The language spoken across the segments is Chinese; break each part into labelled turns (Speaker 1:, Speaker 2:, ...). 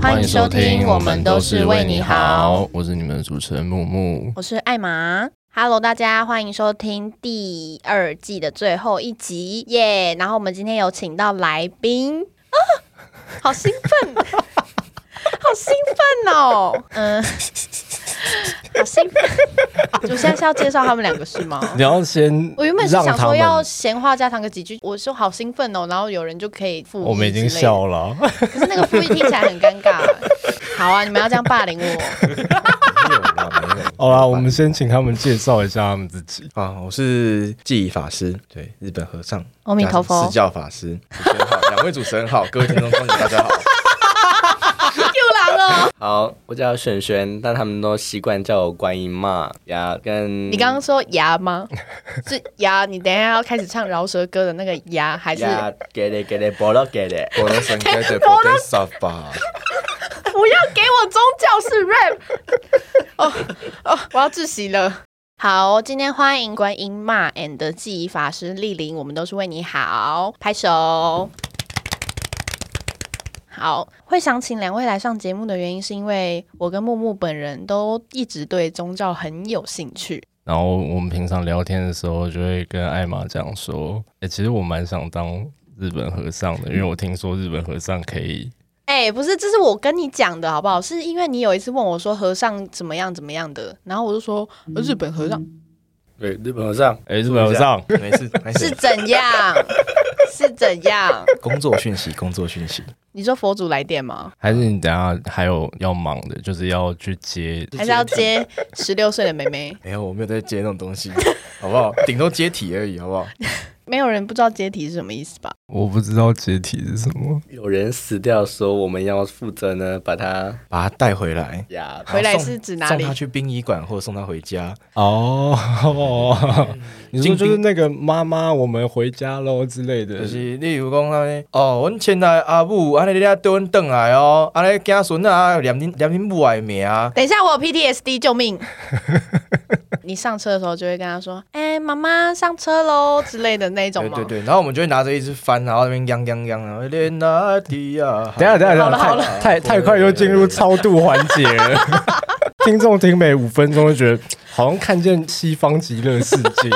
Speaker 1: 欢迎收听，我们都是为你好。，
Speaker 2: 我是你们的主持人木木。
Speaker 1: 我是艾玛。Hello，大家欢迎收听第二季的最后一集耶然后我们今天有请到来宾啊，好兴 奋，好兴奋哦，嗯，好兴奋。我现在是要介绍他们两个是吗？
Speaker 2: 你要先，
Speaker 1: 我原本是想说要闲话家常个几句，我说好兴奋哦，然后有人就可以复议
Speaker 2: 我们已经
Speaker 1: 之类的
Speaker 2: 笑了，
Speaker 1: 可是那个复议听起来很尴尬。好啊，你们要这样霸凌我，
Speaker 3: 没有啦，没有
Speaker 2: 好啦，我们先请他们介绍一下他们自己。
Speaker 3: 啊！我是记忆法师，对，日本和尚，
Speaker 1: 阿弥陀佛
Speaker 3: 释教法师。主持人好，两位主持人好，各位听众朋友大家好。
Speaker 1: 又狼哦！
Speaker 4: 好，我叫璇璇，但他们都习惯叫我观音嘛呀。跟
Speaker 1: 你刚刚说牙吗？是牙？你等一下要开始唱饶舌歌的那个牙，还是
Speaker 4: 呀给嘞给嘞，菠萝给嘞。
Speaker 3: 我的神该对，我的萨巴，
Speaker 1: 不要给我宗教式 rap！哦哦，我要窒息了。好，今天欢迎观音骂 and 记忆法师莅临，我们都是为你好，拍手。好，会想请两位来上节目的原因，是因为我跟木木本人都一直对宗教很有兴趣。
Speaker 2: 然后我们平常聊天的时候，就会跟艾玛讲说：“哎、其实我蛮想当日本和尚的，因为我听说日本和尚可以。
Speaker 1: 哎、不是，这是我跟你讲的好不好？是因为你有一次问我说和尚怎么样怎么样的，然后我就说呃日本和尚
Speaker 3: 嗯
Speaker 4: 对，日本和尚，
Speaker 2: 哎、日本和尚，
Speaker 3: 没事没
Speaker 1: 是
Speaker 3: 事。
Speaker 1: 怎样， 是怎样？
Speaker 3: 工作讯息，工作讯息，
Speaker 1: 你说佛祖来电吗？
Speaker 2: 还是你等一下还有要忙的，就是要去接
Speaker 1: 还是要接十六岁的妹妹？
Speaker 3: 没有，我没有在接那种东西，好不好？顶多接题而已，好不好？
Speaker 1: 没有人不知道接题是什么意思吧？
Speaker 2: 我不知道解题是什么。
Speaker 4: 有人死掉的时候，我们要负责呢，把他
Speaker 3: 把他带回来，
Speaker 4: 呀。
Speaker 1: 回来
Speaker 3: 然后
Speaker 1: 是
Speaker 3: 送
Speaker 1: 指哪里
Speaker 3: 送他去殡仪馆，或者送他回家。
Speaker 2: 哦，你说
Speaker 3: 进
Speaker 2: 就是
Speaker 3: 兵
Speaker 2: 那个妈妈，我们回家喽之类的
Speaker 3: 就。是例如讲安尼，哦，阮亲爱的阿母，安尼你俩对阮转来哦，安尼囝孙啊，念恁念恁母的名，啊
Speaker 1: 等一下，我有 PTSD，救 命！你上车的时候就会跟他说：“哎、妈妈上车喽”之类的那种
Speaker 3: 对
Speaker 1: 吗？
Speaker 3: 对对，然后我们就会拿着一只帆，然后那边泱泱泱，然后连那地啊，
Speaker 2: 等一下等一下
Speaker 1: 好了好
Speaker 2: 等一下，
Speaker 3: 了
Speaker 2: 太太太快又进入超度环节了。听众听每五分钟就觉得好像看见西方极乐世界。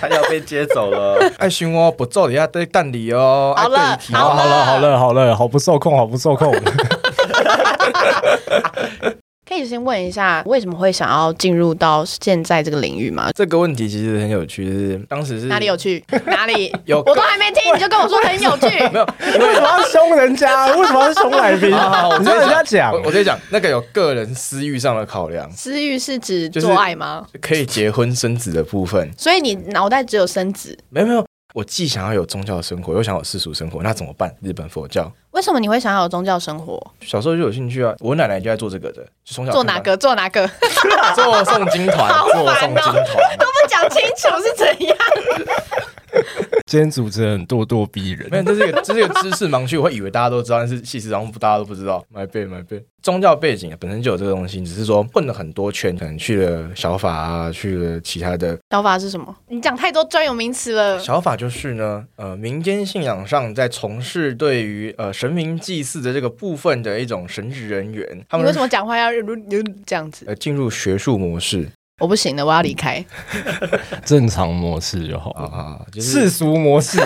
Speaker 4: 他要被接走了。
Speaker 3: 爱想我哎不做，底下在等你哦，
Speaker 1: 好了
Speaker 3: 爱对你提
Speaker 2: 好
Speaker 1: 好
Speaker 2: 好
Speaker 1: 了
Speaker 2: 了好了好了，好不受控，好不受控。
Speaker 1: 可以先问一下，为什么会想要进入到现在这个领域吗？
Speaker 3: 这个问题其实很有趣，就是当时是
Speaker 1: 哪里有？趣？哪里
Speaker 3: 有
Speaker 1: 我都还没听，你就跟我说很有趣。
Speaker 3: 没有，
Speaker 2: 你为什么要凶人家？为什么要凶来宾
Speaker 3: 好好好？我
Speaker 2: 你让人家讲
Speaker 3: 我。我在讲那个有个人私欲上的考量，
Speaker 1: 私欲是指
Speaker 3: 就是
Speaker 1: 做爱吗？
Speaker 3: 可以结婚生子的部分，
Speaker 1: 所以你脑袋只有生子，
Speaker 3: 没有没有。我既想要有宗教生活，又想要有世俗生活，那怎么办？日本佛教，
Speaker 1: 为什么你会想要有宗教生活？
Speaker 3: 小时候就有兴趣啊，我奶奶就在做这个的，就从小
Speaker 1: 做哪
Speaker 3: 看
Speaker 1: 个？做哪 个？都
Speaker 3: 她？做诵经团，
Speaker 1: 好
Speaker 3: 做
Speaker 1: 烦
Speaker 3: 诵
Speaker 1: 哦
Speaker 3: 经团。
Speaker 1: 不讲清楚是怎样。
Speaker 2: 今天主持人很咄咄逼人
Speaker 3: 没。有，这是一个这是一个知识盲区，我会以为大家都知道，但是其实然后大家都不知道。买背买背，宗教背景啊本身就有这个东西，只是说混了很多圈，可能去了小法啊，去了其他的
Speaker 1: 小法是什么？你讲太多专有名词了。
Speaker 3: 小法就是呢，呃，民间信仰上在从事对于呃神明祭祀的这个部分的一种神职人员，他
Speaker 1: 你
Speaker 3: 们
Speaker 1: 为什么讲话要如如这样子？
Speaker 3: 呃进入学术模式
Speaker 1: 我不行了，我要离开。
Speaker 2: 正常模式就好
Speaker 3: 啊
Speaker 2: 了。
Speaker 3: 啊，就是
Speaker 2: 世俗模式，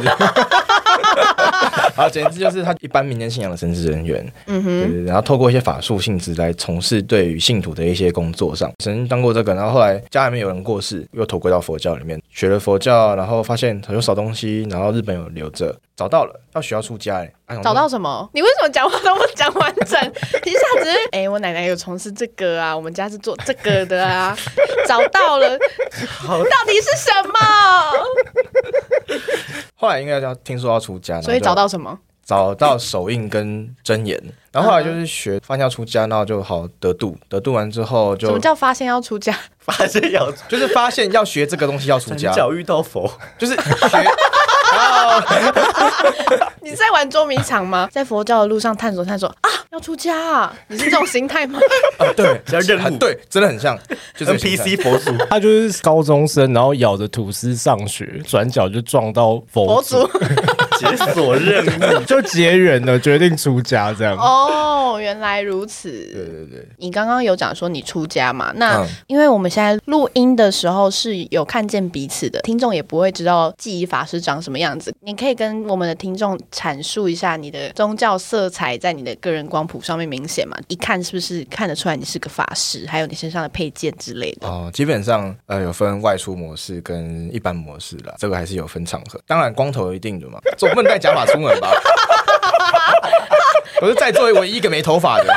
Speaker 3: 啊，简直就是他一般民间信仰的神职人员。
Speaker 1: 嗯
Speaker 3: 对
Speaker 1: 哼，
Speaker 3: 对对，然后透过一些法术性质来从事对于信徒的一些工作上，曾经当过这个，然后后来家里面有人过世，又投归到佛教里面，学了佛教，然后发现很多少东西，然后日本有留着，找到了，要学校出家哎、啊
Speaker 1: 找到什么？你为什么讲话都不讲完整？ 一下子， 哎、我奶奶有从事这个啊，我们家是做这个的啊，找到 了，到底是什么？
Speaker 3: 后来应该要听说要出家，然后
Speaker 1: 所以
Speaker 3: 就
Speaker 1: 找到什么？
Speaker 3: 找到手印跟真言，然后后来就是学发现要出家，然后就好得度，得度完之后
Speaker 1: 什
Speaker 3: 就
Speaker 1: 么叫发现要出家？
Speaker 4: 发现要
Speaker 3: 就是发现要学这个东西要出
Speaker 4: 从
Speaker 3: 家，
Speaker 4: 脚遇到佛，
Speaker 3: 就是学。啊
Speaker 1: 你在玩捉迷藏吗？在佛教的路上探索探索啊，要出家、啊，你是这种心态吗？
Speaker 3: 啊，对，
Speaker 4: 比较任务
Speaker 3: 很对，真的很像，就是
Speaker 4: NPC 佛 祖，
Speaker 2: 他就是高中生，然后咬着吐司上学，转角就撞到佛
Speaker 1: 佛
Speaker 2: 祖，
Speaker 1: 祖
Speaker 4: 解锁任务。
Speaker 2: 就结缘了，决定出家这样。
Speaker 1: 哦，原来如此。
Speaker 3: 对对对，
Speaker 1: 你刚刚有讲说你出家嘛？那
Speaker 3: 嗯
Speaker 1: 因为我们现在录音的时候是有看见彼此的，听众也不会知道记忆法师长什么样子。你可以跟我们的听众阐述一下你的宗教色彩在你的个人光谱上面明显嘛？一看是不是看得出来你是个法师，还有你身上的配件之类的？
Speaker 3: 哦，基本上呃有分外出模式跟一般模式啦，这个还是有分场合。当然光头一定的嘛，总不能戴假发出门吧？ 我是在座唯一一个没头发的，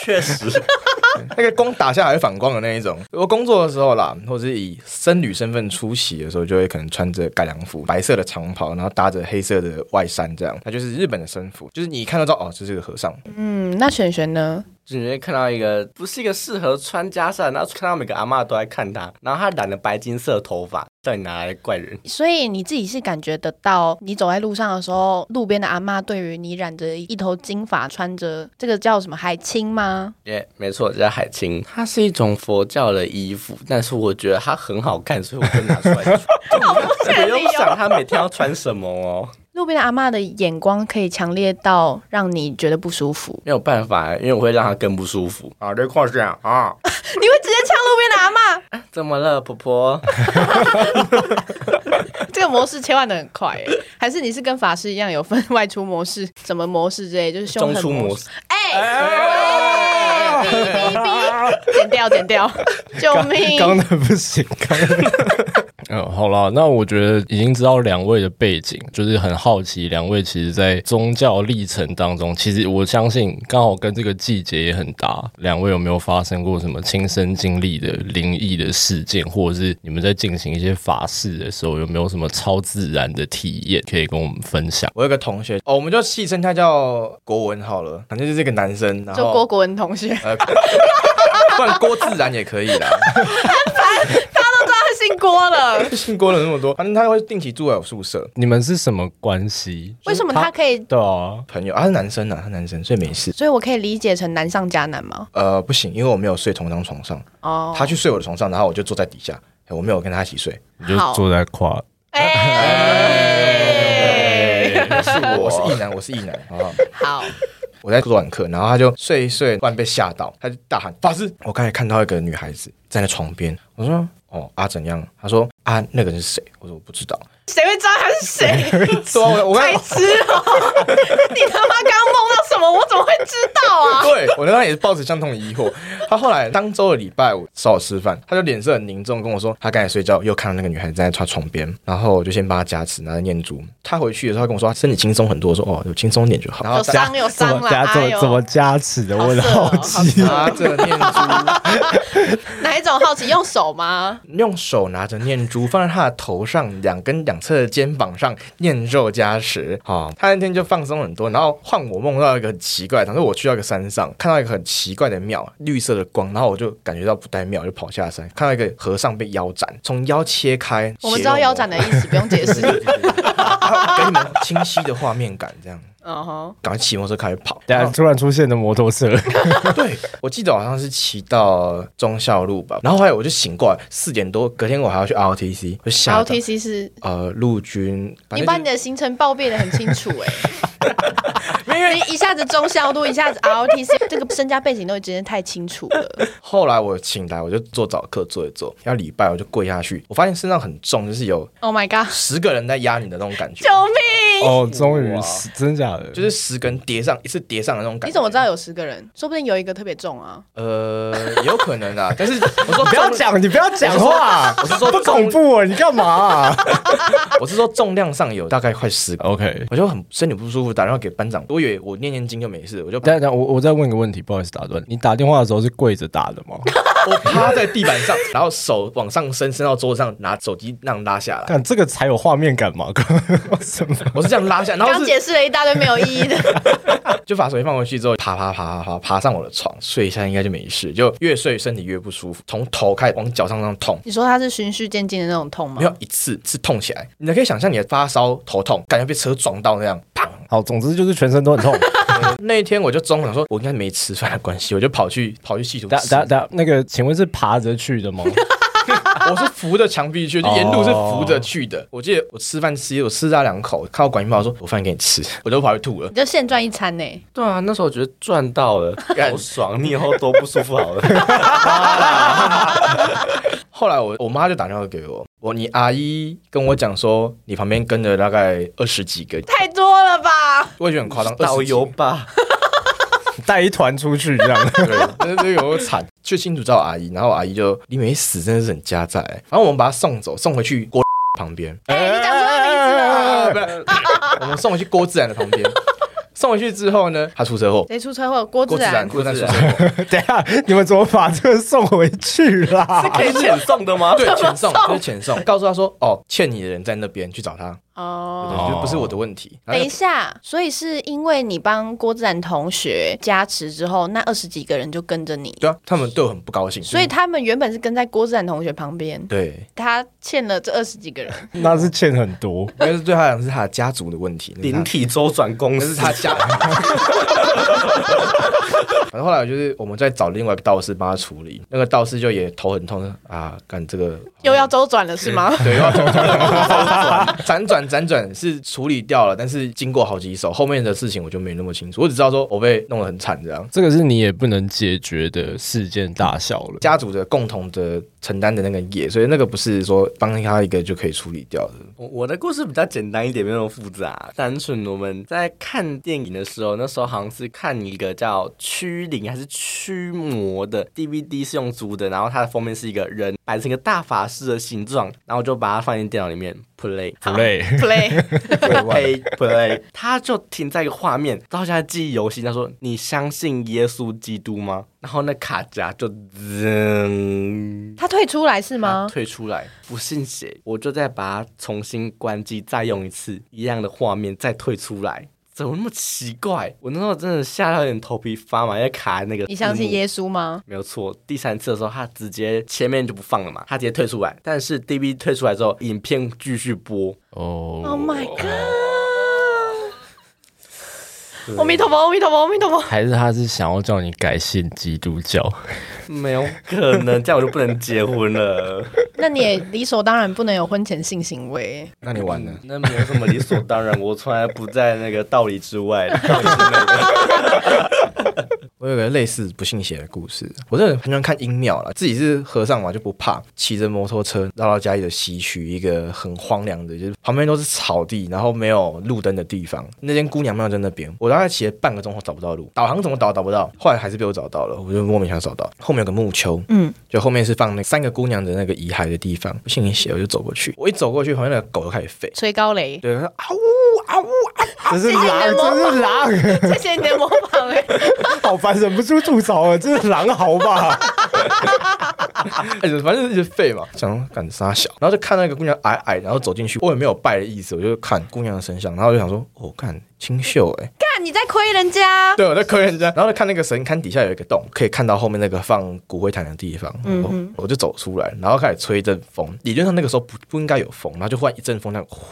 Speaker 4: 确实，
Speaker 3: 那个光打下来会反光的那一种。我工作的时候啦，或者是以僧侣身份出席的时候，就会可能穿着改良服、白色的长袍，然后搭着黑色的外衫，这样，那就是日本的僧服，就是你一看到知道哦，这是个和尚。
Speaker 1: 嗯，那璇璇呢？
Speaker 4: 就你会看到一个不是一个适合穿袈裟，然后看到每个阿嬷都在看他，然后他染了白金色头发，到底哪来的怪人？
Speaker 1: 所以你自己是感觉得到，你走在路上的时候，路边的阿嬷对于你染着一头金发、穿着这个叫什么海青吗？
Speaker 4: 耶、没错，这叫海青，它是一种佛教的衣服，但是我觉得它很好看，所以我就拿出来穿。
Speaker 1: 好不哦
Speaker 4: 我不用想他每天要穿什么哦，。
Speaker 1: 路边的阿嬷的眼光可以强烈到让你觉得不舒服
Speaker 4: 没有办法，因为我会让他更不舒服。啊，这矿是啊啊，
Speaker 1: 你会直接呛路边的阿嬷？
Speaker 4: 怎么了，婆婆？
Speaker 1: 这个模式切换的很快、欸，还是你是跟法师一样有分外出模式、什么模式之类，就是凶
Speaker 4: 中
Speaker 1: 狠
Speaker 4: 出模
Speaker 1: 模式。
Speaker 4: 式，
Speaker 1: 哎、哔哔哔，剪掉剪掉，救命！
Speaker 2: 刚的不行，刚的不 行。嗯，好啦，那我觉得已经知道两位的背景，就是很好奇，两位其实，在宗教历程当中，其实我相信刚好跟这个季节也很搭。两位有没有发生过什么亲身经历的灵异的事件，或者是你们在进行一些法事的时候，有没有什么超自然的体验可以跟我们分享？
Speaker 3: 我有个同学哦，我们就戏称他叫国文好了，反正就是个男生，然
Speaker 1: 就郭
Speaker 3: 后
Speaker 1: 国文同学，
Speaker 3: 呃，不然郭自然也可以啦。
Speaker 1: 他姓郭了。
Speaker 3: 姓郭的那么多，反正他会定期住在我宿舍。
Speaker 2: 你们是什么关系？
Speaker 1: 为什么他可以？
Speaker 2: 对啊，
Speaker 3: 朋友啊，他是男生啊，他是男生，所以没事。
Speaker 1: 所以我可以理解成难上加难吗？
Speaker 3: 呃，不行，因为我没有睡同张床上，
Speaker 1: 哦，
Speaker 3: 他去睡我的床上，然后我就坐在底下，欸我没有跟他一起睡。
Speaker 2: 你就
Speaker 1: 好
Speaker 2: 坐在胯
Speaker 1: 哎、
Speaker 3: 欸是我，我是异男，我是异男啊。好不好
Speaker 1: 好，
Speaker 3: 我在做晚课，然后他就睡一睡，突然被吓到，他就大喊：“法师！”我刚才看到一个女孩子站在床边，我说：“哦啊，怎样？”他说：“啊，那个人是谁？”我说：“我不知道。
Speaker 1: 谁会知道他是 谁？”
Speaker 3: 对啊，我我刚
Speaker 1: 白痴 哦、你他妈刚刚梦到什么？我怎么会知道啊？
Speaker 3: 对我那时候也是抱持相同的疑惑。他后来当周的礼拜五找我吃饭，他就脸色很凝重跟我说，他刚才睡觉又看到那个女孩子站在他床边，然后我就先帮他加持，然后念珠。他回去的时候，他跟我说他身体轻松很多，我说哦，有轻松一点就好。然后
Speaker 1: 有伤有
Speaker 2: 怎
Speaker 1: 伤了，
Speaker 2: 么加怎
Speaker 1: 哎
Speaker 2: 么怎
Speaker 1: 呦
Speaker 2: 么，加持的？
Speaker 1: 好
Speaker 2: 我很
Speaker 1: 色哦
Speaker 2: 好奇。
Speaker 3: 拿着念珠，
Speaker 1: 哪一种好奇？用手吗？
Speaker 3: 用手拿着念珠放在他的头上，两根两侧的肩膀上念咒加持。好、他那天就放松很多。然后换我梦到一个很奇怪的，当时我去到一个山上，看到一个很奇怪的庙，绿色的光，然后我就感觉到不太妙，就跑下山，看到一个和尚被腰斩，从腰切开。
Speaker 1: 我们知道腰斩的意思，不用解
Speaker 3: 血肉模
Speaker 1: 释。
Speaker 3: 糊。对对对对对 给你们清晰的画面感，这样
Speaker 1: 嗯哼，
Speaker 3: 赶快骑摩托车开始跑。
Speaker 2: 等下突然出现的摩托车，
Speaker 3: 对，我记得我好像是骑到忠孝路吧，然后后来我就醒过来，四点多，隔天我还要去 ROTC，我就
Speaker 1: 然
Speaker 3: 吓
Speaker 1: 后
Speaker 3: 到
Speaker 1: T。C 是。
Speaker 3: 呃，陆军，反
Speaker 1: 你
Speaker 3: 正
Speaker 1: 把你
Speaker 3: 就是
Speaker 1: 的行程报备的很清楚 哎、
Speaker 3: 没有因为
Speaker 1: 你一下子中消度，一下子 R O T C，这个身家背景都已经太清楚了。
Speaker 3: 后来我醒来，我就做早课做一做，要礼拜我就跪下去，我发现身上很重，就是有
Speaker 1: Oh my god！
Speaker 3: 十个人在压你的那种感觉
Speaker 1: 救，命！
Speaker 2: 哦，终于是真假的，
Speaker 3: 就是十个人叠上一次叠上的那种感觉。
Speaker 1: 你怎么知道？有十个人？说不定有一个特别重啊。
Speaker 3: 呃，也有可 能啊，但是我说
Speaker 2: 不要讲，你不要讲话，
Speaker 3: 我是说
Speaker 2: 不恐
Speaker 3: 重，
Speaker 2: 怖啊，你干嘛 啊
Speaker 3: 我是说重量上有大概快十个。
Speaker 2: ？OK，
Speaker 3: 我就很身体不舒服，打电话给班长。我以为我念念经就没事，我就
Speaker 2: 等一下等一下，我我再问一个问题，不好意思打断，你打电话的时候是跪着打的吗？
Speaker 3: 我趴在地板上，然后手往上伸，伸到桌子上，拿手机那样拉下来。
Speaker 2: 看这个才有画面感嘛？ 什么？
Speaker 3: 我是这样拉下，然后
Speaker 1: 刚
Speaker 3: 是
Speaker 1: 解释了一大堆没有意义 的，
Speaker 3: 就把手机放回去之后，爬爬爬爬爬爬上我的床，睡一下应该就没事。就越睡身体越不舒服，从头开始往脚上上痛，
Speaker 1: 你说它是循序渐进的那种痛吗
Speaker 3: 没？有一次是痛起来。你可以想象你的发烧、头痛，感觉被车撞到那样，砰！
Speaker 2: 好，总之就是全身都很 痛。
Speaker 3: 那一天我就中午想说，我应该没吃饭的关系，我就跑去跑去系图
Speaker 2: 打
Speaker 3: 吃
Speaker 2: 打打，那个，请问是爬着 去的吗？
Speaker 3: 我是扶着墙壁去，就沿路是扶着去的。我记得我吃饭吃，我吃下两口，看到管云宝说：“我饭给你吃。”我就跑去吐了
Speaker 1: 你。就现赚一餐呢？
Speaker 4: 对啊，那时候我觉得赚到了，
Speaker 3: 干
Speaker 4: 好爽！你以后多不舒服好 了。
Speaker 3: 后来我我妈就打电话给我，我你阿姨跟我讲说，你旁边跟着大概二十几个，
Speaker 1: 太多了吧？
Speaker 3: 我也觉得很夸张，
Speaker 4: 导游
Speaker 3: 20
Speaker 4: 吧，
Speaker 2: 带一团出去这样。
Speaker 3: 几个对，真的是有够惨。 去新竹找我阿姨，然后我阿姨就你没死，真的是很家在。然后我们把她送走，送回去郭 旁边，
Speaker 1: 哎、你讲出他名字了。
Speaker 3: 啊不是我们送回去郭自然的旁边。送回去之后呢，她出车祸，
Speaker 1: 谁出车祸？郭
Speaker 3: 郭
Speaker 1: 自
Speaker 3: 自然，
Speaker 1: 然。
Speaker 3: 郭自然
Speaker 4: 自
Speaker 3: 出
Speaker 4: 然
Speaker 3: 车祸。
Speaker 2: 等一下，你们怎么把这个送回去啊
Speaker 4: 是
Speaker 2: 啦？
Speaker 4: 可以遣送的吗？
Speaker 3: 对，遣送就是遣送，告诉他说，哦，欠你的人在那边去找他，
Speaker 1: 哦。
Speaker 3: 就不是我的问题。然
Speaker 1: 等
Speaker 3: 后
Speaker 1: 一下，所以是因为你帮郭自然同学加持之后，那二十几个人就跟着你，
Speaker 3: 对啊，他们对我很不高兴，
Speaker 1: 所以
Speaker 3: 就是
Speaker 1: 他们原本是跟在郭自然同学旁边，
Speaker 3: 对，
Speaker 1: 他欠了这二十几个人。
Speaker 2: 那是欠很多。
Speaker 3: 但是对他来讲是他的家族的问题，那是他
Speaker 4: 灵体周转公
Speaker 3: 那是
Speaker 4: 司，
Speaker 3: 他家。 反正后来就是我们在找另外一个道士帮他处理，那个道士就也头很痛，说啊，干这个
Speaker 1: 又要周转了是吗？
Speaker 3: 对，又要头痛，辗转辗转是处理掉了，但是经过好几手，后面的事情我就没那么清楚，我只知道说我被弄得很惨这样。
Speaker 2: 这个是你也不能解决的事件大小了。
Speaker 3: 家族的共同的承担的那个业，所以那个不是说帮他一个就可以处理掉的。
Speaker 4: 我我的故事比较简单一点，没那么复杂，单纯。我们在看电影的时候，那时候好像是看一个叫《驱灵》还是《驱魔》的 DVD，是用租的，然后它的封面是一个人摆成一个大法师的形状，然后我就把它放进电脑里面 play
Speaker 2: 不累，
Speaker 1: play，
Speaker 4: play play，它就停在一个画面，到现在记忆犹新。他说：“你相信耶稣基督吗？”然后那卡夹就噌。
Speaker 1: 他退出来是
Speaker 4: 它
Speaker 1: 吗？
Speaker 4: 退出来，不信邪，我就再把它重新关机，再用一次一样的画面，再退出来。怎么那么奇怪？我那时候真的吓到有点头皮发麻，因为卡在那个。
Speaker 1: 你相信？耶稣吗？
Speaker 4: 没有错，第三次的时候，他直接前面就不放了嘛，他直接退出来。但是 D B 退出来之后，影片继续播，
Speaker 2: 哦
Speaker 1: Oh my god！阿弥陀佛，阿弥陀佛，阿弥陀佛。
Speaker 2: 还是他是想要叫你改信基督教？
Speaker 4: 没有可能，这样我就不能结婚了。
Speaker 1: 那你也理所当然不能有婚前性行为。
Speaker 3: 那你完了，
Speaker 4: 那没有什么理所当然，我从来不在那个道理之外。道理之内
Speaker 3: 我有个类似不信邪的故事。我真的很喜欢看阴庙了，自己是和尚嘛就不怕，骑着摩托车绕到家里的西区，一个很荒凉的，就是旁边都是草地，然后没有路灯的地方。那间姑娘庙在那边，我大概骑了半个钟头找不到路，导航怎么导导不到，后来还是被我找到了，我就莫名其妙找到。后面有个木丘，
Speaker 1: 嗯，
Speaker 3: 就后面是放那三个姑娘的那个遗骸的地方，不信邪我就走过去，我一走过去，旁边那个狗就开始吠。
Speaker 1: 吹高雷，
Speaker 3: 对，它说啊呜啊呜啊
Speaker 2: 这
Speaker 3: 呜！
Speaker 2: 是狼，这是狼，
Speaker 1: 谢谢你的模仿、哎，
Speaker 2: 好烦，忍不住吐槽啊！这是狼嚎吧？
Speaker 3: 哎，反正就是废嘛，想说敢杀小，然后就看那个姑娘矮矮，然后走进去，我也没有拜的意思，我就看姑娘的神像，然后我就想说，我、哦、看清秀哎、
Speaker 1: 干你在亏人家。
Speaker 3: 对，我在磕人家，然后就看那个神龛底下有一个洞，可以看到后面那个放骨灰坛的地方，
Speaker 1: 嗯
Speaker 3: 我
Speaker 1: 哼
Speaker 3: 我就走出来，然后开始吹一阵风，理论上那个时候不不应该有风，然后就忽然一阵风那样，呼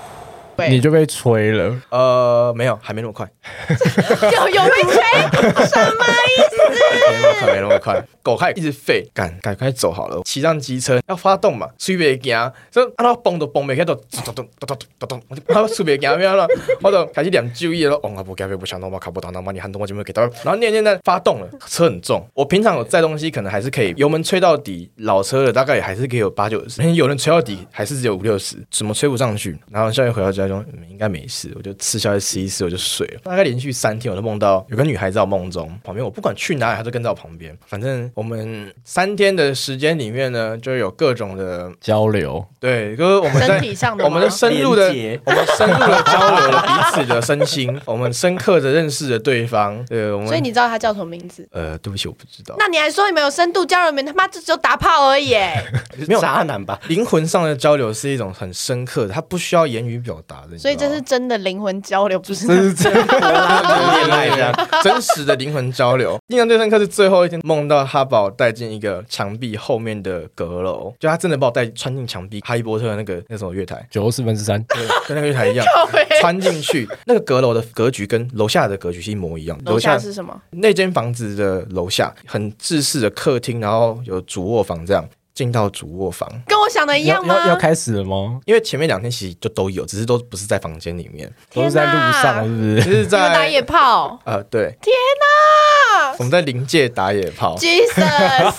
Speaker 2: 你就被吹了。
Speaker 3: 呃，没有，还没那么快，
Speaker 1: 有有被吹，什么意思？
Speaker 3: 没那么快，没那么快。狗开始一直吠，赶赶快走好了。骑上机车要发动嘛，随便行，所以按到蹦都蹦袂开，都咚咚咚咚咚咚，我就随便行，然后 我就开始念咒语了。哦，不该被不想动，我卡不当当，把你喊动我就没给到。然后念念念发动了，车很重。我平常有载东西，可能还是可以油门吹到底，老
Speaker 4: 嗯
Speaker 3: 车了大概也还是可以有八九十。有人吹到底还是只有五六十，怎么吹不上去？然后下面回到家，袋中、嗯应该没事，我就吃下去吃一吃我就睡了。大概连续三天，我都梦到有个女孩在我梦中旁边，我不管去哪里，她都跟在我旁边。反正我们三天的时间里面呢，就有各种的
Speaker 2: 交流，
Speaker 3: 对，就是我们在
Speaker 1: 身体上的
Speaker 3: 我
Speaker 1: 吗
Speaker 3: 们的深入的
Speaker 4: 连接，
Speaker 3: 我们深入的交流了彼此的身心，我们深刻的认识了对方。对，我们
Speaker 1: 所以你知道他叫什么名字？
Speaker 3: 呃，对不起，我不知道。
Speaker 1: 那你还说你们有深度交流，你们他妈就只有打炮而已耶。
Speaker 4: 你是
Speaker 3: 没有
Speaker 4: 渣男吧？
Speaker 3: 灵魂上的交流是一种很深刻的，它不需要言语表达的，你知
Speaker 1: 所以这
Speaker 3: 道
Speaker 1: 是
Speaker 3: 吗
Speaker 1: 真的灵魂交流，不是
Speaker 3: 这是真的 恋爱这样，真实的灵魂交流。 印象最深刻是最后一天梦到他把我带进一个墙壁后面的阁楼，就他真的把我带穿进墙壁，哈利波特的那个那什么月台，
Speaker 2: 九十分之三，
Speaker 3: 对跟那个月台 一样
Speaker 1: 北
Speaker 3: 穿进去。那个阁楼的格局跟楼下的格局是一模一样，
Speaker 1: 楼下是什么？
Speaker 3: 那间房子的楼下很制式的客厅，然后有主卧房这样，进到主卧房。
Speaker 1: 跟我想的一样
Speaker 2: 要要要
Speaker 1: 吗？
Speaker 2: 开始了吗？
Speaker 3: 因为前面两天其实就都有，只是都不是在房间里面，
Speaker 2: 都
Speaker 1: 天
Speaker 2: 是在路上，
Speaker 1: 哪！
Speaker 2: 是
Speaker 1: 你
Speaker 2: 不 是？
Speaker 3: 就是
Speaker 1: 们打野
Speaker 3: 在
Speaker 1: 炮
Speaker 3: 呃对，
Speaker 1: 啊
Speaker 3: 我们在临界打野炮，
Speaker 1: ，Jesus！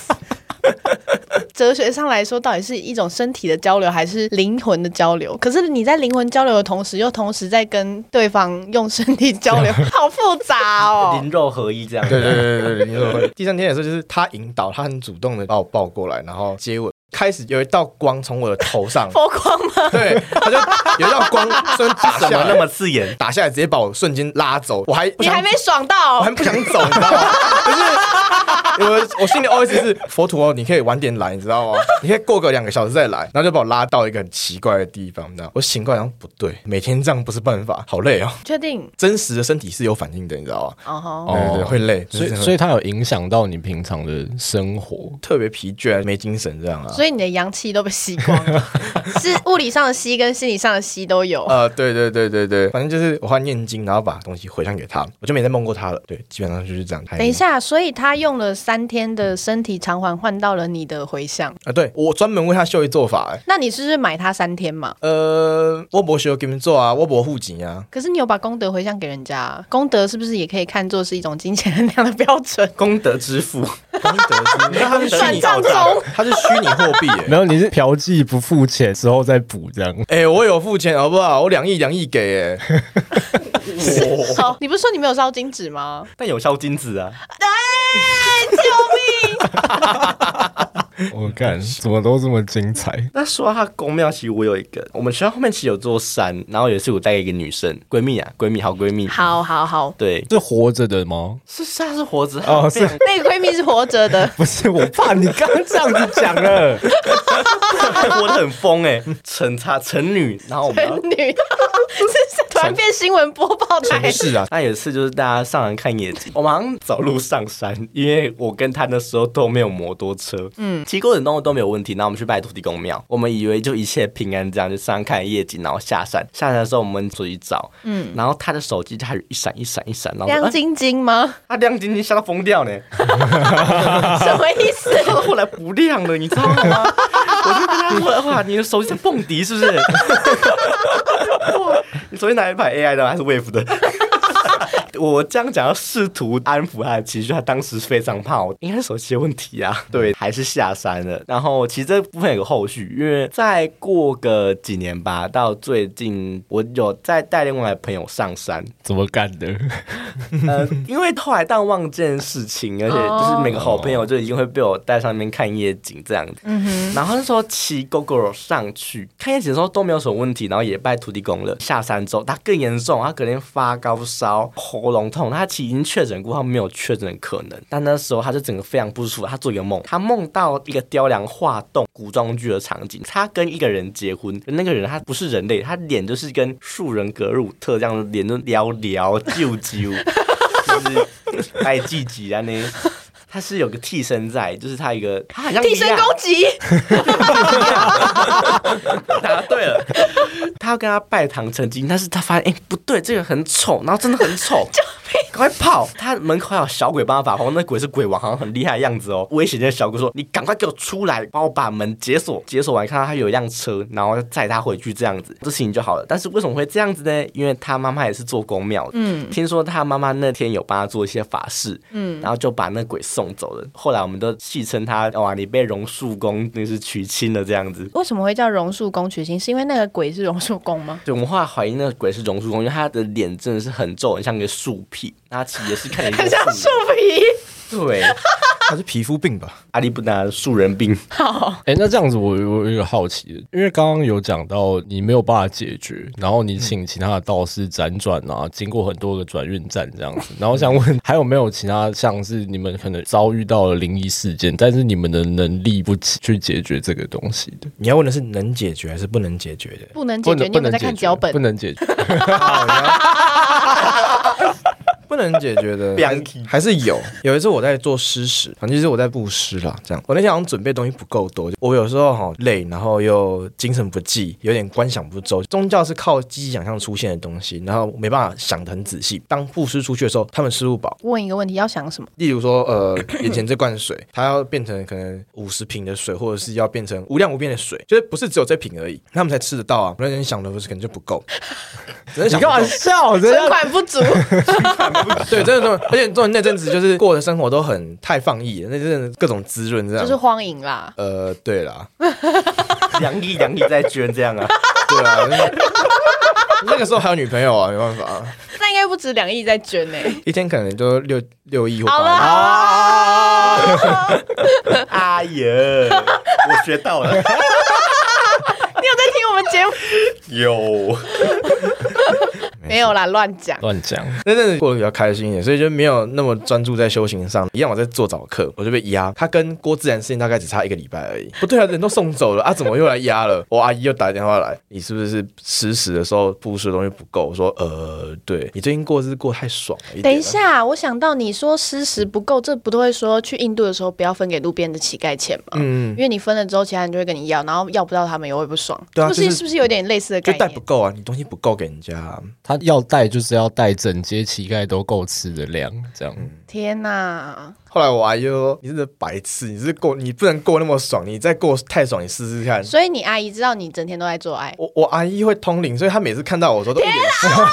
Speaker 1: 哲学上来说，到底是一种身体的交流，还是灵魂的交流？可是你在灵魂交流的同时，又同时在跟对方用身体交 流，好复杂哦。，
Speaker 4: 灵肉合一这样。
Speaker 3: 对对对对对，你 说会。第三天的时候就是他引导，他很主动的把我抱过来，然后接吻。开始有一道光从我的头上
Speaker 1: 佛光吗？
Speaker 3: 对，他就有一道光瞬间打
Speaker 4: 怎
Speaker 3: 下
Speaker 4: 么那
Speaker 3: 来，
Speaker 4: 么刺眼？
Speaker 3: 打下来直接把我瞬间拉走，我还不
Speaker 1: 你
Speaker 3: 想
Speaker 1: 还没爽
Speaker 3: 我
Speaker 1: 到
Speaker 3: 还，不想走，你知道吗？ 就是我我心里 OS 是佛陀，你可以晚点来，你知道吗？ 你可以过个两个小时再来，然后就把我拉到一个很奇怪的地方，你知道吗？我醒过来，然后不对，每天这样不是办法，好累哦。
Speaker 1: 确定？
Speaker 3: 真实的身体是有反应的，你知道吗？
Speaker 1: 哦吼，
Speaker 2: 哦
Speaker 3: 对对对，会累，
Speaker 2: 所以，
Speaker 3: 就是
Speaker 2: 所以它有影响到你平常的生活。
Speaker 3: 特别疲倦，没精神这样啊。
Speaker 1: 所以你的阳气都被吸光 了，是物理上的吸跟心理上的吸都有。
Speaker 3: 呃，对对对对对，反正就是我换念经，然后把东西回向给他，我就没再梦过他了。对，基本上就是这样。
Speaker 1: 等一下，所以他用了三天的身体偿还换到了你的回向，
Speaker 3: 啊，对我专门为他修一做法、欸。
Speaker 1: 那你是不是买他三天嘛？
Speaker 3: 呃，我不修给你们做啊，我不护 颈啊。
Speaker 1: 可是你有把功德回向给人家啊，功德是不是也可以看作是一种金钱衡量的标 准？
Speaker 4: 功德之父，
Speaker 3: 功德之因为它是虚拟
Speaker 1: 转账 中
Speaker 3: 它是虚拟货币耶。
Speaker 2: 没有，你是嫖妓不付钱之后再补这样。
Speaker 3: 哎、我有付钱好不好？我两亿两亿给哎、
Speaker 2: 哦
Speaker 1: 好，你不是说你没有烧金纸吗？
Speaker 4: 但有烧金子啊！
Speaker 2: 我干，怎么都这么精彩？
Speaker 4: 那说到他宫庙，其实我有一个，我们学校后面其实有座山，然后有一次我带一个女生闺蜜啊，闺蜜好闺蜜，
Speaker 1: 好好好，
Speaker 4: 对，
Speaker 2: 是活着的吗？
Speaker 4: 是是她是活着
Speaker 2: 哦是，
Speaker 1: 那个闺蜜是活着的
Speaker 2: 不是，我怕你刚刚这样子讲 了。
Speaker 4: 活得很疯 哎、成她成女，然后我们要
Speaker 1: 成 女，是突然变新闻播报台
Speaker 3: 城。市啊，
Speaker 4: 那有一次就是大家上山看夜景，我们好像走路上山，因为我跟他那时候都没有摩托车，嗯，骑过程中都没有问题。然后我们去拜土地公庙，我们以为就一切平安这样，就上山看夜景，然后下山。下山的时候我们出去找，嗯，然后他的手机它有一闪一闪一闪，然后我
Speaker 1: 亮
Speaker 4: 说哎
Speaker 1: 晶晶 吗？
Speaker 4: 它亮晶晶，吓到疯掉呢。
Speaker 1: 什么意 思？
Speaker 4: 然后后来不亮了，你知道吗？我就跟他说：“哇，你的手机在蹦迪是不是？哇你手机哪一排 AI 的还是 Wave 的？” 我这样讲要试图安抚他的情绪，他当时非常怕，我应该是手机的问题啊。对，还是下山了。然后其实这部分有个后续，因为再过个几年吧，到最近我有再带另外的朋友上山，
Speaker 2: 怎么干的？
Speaker 4: 呃，因为后来淡忘这件事情，而且就是每个好朋友就已经会被我带上面看夜景这样子。然后那时候骑 GoGo 上去看夜景的时候都没有什么问题，然后也拜土地公了。下山之后他更严重，他隔天发高烧、喉咙痛，他其实已经确诊过，他没有确诊的可能。但那时候他就整个非常不舒服，他做一个梦，他梦到一个雕梁画栋古装剧的场景，他跟一个人结婚，那个人他不是人类，他脸就是跟树人格鲁特这样，脸都撩撩啾啾。 就是爱自己啊呢。他是有个替身在，就是他一个，他好像
Speaker 1: 替身
Speaker 4: 一样
Speaker 1: 攻击，
Speaker 4: 答对了。 他要跟他拜堂成精，但是他发现哎、不对，这个很丑，然后真的很丑，赶快跑！他门口还有小鬼帮他把风，那鬼是鬼王，好像很厉害的样子哦。威胁那小鬼说：“你赶快给我出来，帮我把门解锁。”解锁完看到他有一辆车，然后载他回去这样子，这事情就好了。但是为什么会这样子呢？因为他妈妈也是做公庙的，
Speaker 1: 嗯
Speaker 4: 听说他妈妈那天有帮他做一些法事，嗯，然后就把那鬼送走了。后来我们都戏称他：“哇，你被榕树公那是娶亲了这样子。”
Speaker 1: 为什么会叫榕树公取经？是因为那个鬼是榕树公 吗？
Speaker 4: 对，我们后来怀疑那个鬼是榕树公，因为他的脸真的是很皱，很像个树皮，那他其实也是看起来
Speaker 1: 很
Speaker 4: 像
Speaker 1: 像
Speaker 4: 个
Speaker 1: 树皮。
Speaker 4: 人。对，
Speaker 3: 他是皮肤病吧？
Speaker 4: 阿里不达树人 病，
Speaker 1: 好，
Speaker 2: 哎、那这样子我我有一个好奇的，因为刚刚有讲到你没有办法解决，然后你请其他的道士辗转啊，经过很多个转运站这样子，然后我想问还有没有其他像是你们可能遭遇到了灵异事件，但是你们的能力不及去解决这个东西的，
Speaker 3: 你要问的是能解决还是不能解决的？
Speaker 1: 不能
Speaker 2: 不
Speaker 1: 解决。
Speaker 2: 能
Speaker 1: 你
Speaker 2: 不
Speaker 1: 有没有
Speaker 2: 能
Speaker 1: 在
Speaker 2: 解决，啊
Speaker 1: 看脚本
Speaker 2: 不？能解决。
Speaker 3: 不能解决的
Speaker 4: 两题
Speaker 3: 还是有。有一次我在做诗食，反正就是我在布施啦，这样。我那天好像准备东西不够多，我有时候好累，然后又精神不济，有点观想不周。宗教是靠积极想象出现的东西，然后没办法想得很仔细。当布施出去的时候，他们吃不饱。
Speaker 1: 问一个问题，要想什么？
Speaker 3: 例如说，呃，眼前这罐水，它要变成可能五十瓶的水，或者是要变成无量无边的水，就是不是只有这瓶而已，他们才吃得到啊。我那天想的不是可能就不够，只能想不够
Speaker 2: 笑？这
Speaker 1: 存款不 足，
Speaker 3: 对，真的真的，而且重点那阵子就是过的生活都很太放逸了，那阵子各种滋润这样。
Speaker 1: 就是荒淫啦。
Speaker 3: 呃，对啦，
Speaker 4: 杨毅杨毅在捐这样啊，
Speaker 3: 对啊，就是那个时候还有女朋友啊，没办法啊，
Speaker 1: 那应该不止两亿在捐呢、
Speaker 3: 一天可能就六六亿或
Speaker 1: 好了，
Speaker 3: 八亿。
Speaker 1: 好了，
Speaker 4: 哎呀，我学到了，
Speaker 1: 你有在听我们节目？
Speaker 4: 有
Speaker 1: 没有啦，乱讲。
Speaker 2: 乱讲，
Speaker 3: 那阵子过得比较开心一点，所以就没有那么专注在修行上。一样我在做早课，我就被压。他跟郭自然事件大概只差一个礼拜而已。不对啊，人都送走了啊，怎么又来压了？我阿姨又打电话来，你是不是吃食的时候布施的东西不够？我说呃，对你最近过日子过得太爽了一点了。啊
Speaker 1: 等一下，我想到你说湿食不够，这不都会说去印度的时候不要分给路边的乞丐钱吗？
Speaker 3: 嗯
Speaker 1: 因为你分了之后，其他人就会跟你要，然后要不到他们也会不爽。
Speaker 3: 对啊
Speaker 1: 是不是、
Speaker 3: 就是
Speaker 1: 不是有点类似的
Speaker 3: 就
Speaker 1: 概
Speaker 3: 带不
Speaker 1: 念？
Speaker 3: 够啊，你东西不够给人家、啊。
Speaker 2: 他要带就是要带整节乞丐都够吃的量，这样。
Speaker 1: 天哪，
Speaker 3: 后来我阿姨就说：“你是个白痴，你是过你不能过那么爽，你再过太爽，你试试看。
Speaker 1: 所以你阿姨知道你整天都在做爱，
Speaker 3: 我”我阿姨会通灵，所以她每次看到我的时候都一
Speaker 1: 啊
Speaker 3: 脸笑。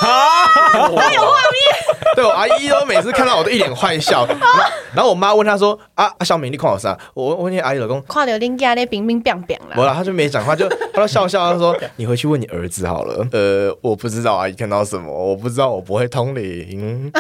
Speaker 3: 对我阿姨都每次看到我都一脸坏笑。然后然后我妈问她说：“啊，啊小明，你看我啥？”我我问你阿姨老 公，
Speaker 1: 跨流丁家那冰冰冰冰
Speaker 3: 没
Speaker 1: 啦。
Speaker 3: 了，她就没讲话，就她就笑笑，她说：“你回去问你儿子好了。”呃，我不知道阿姨看到什么，我不知道，我不会通灵。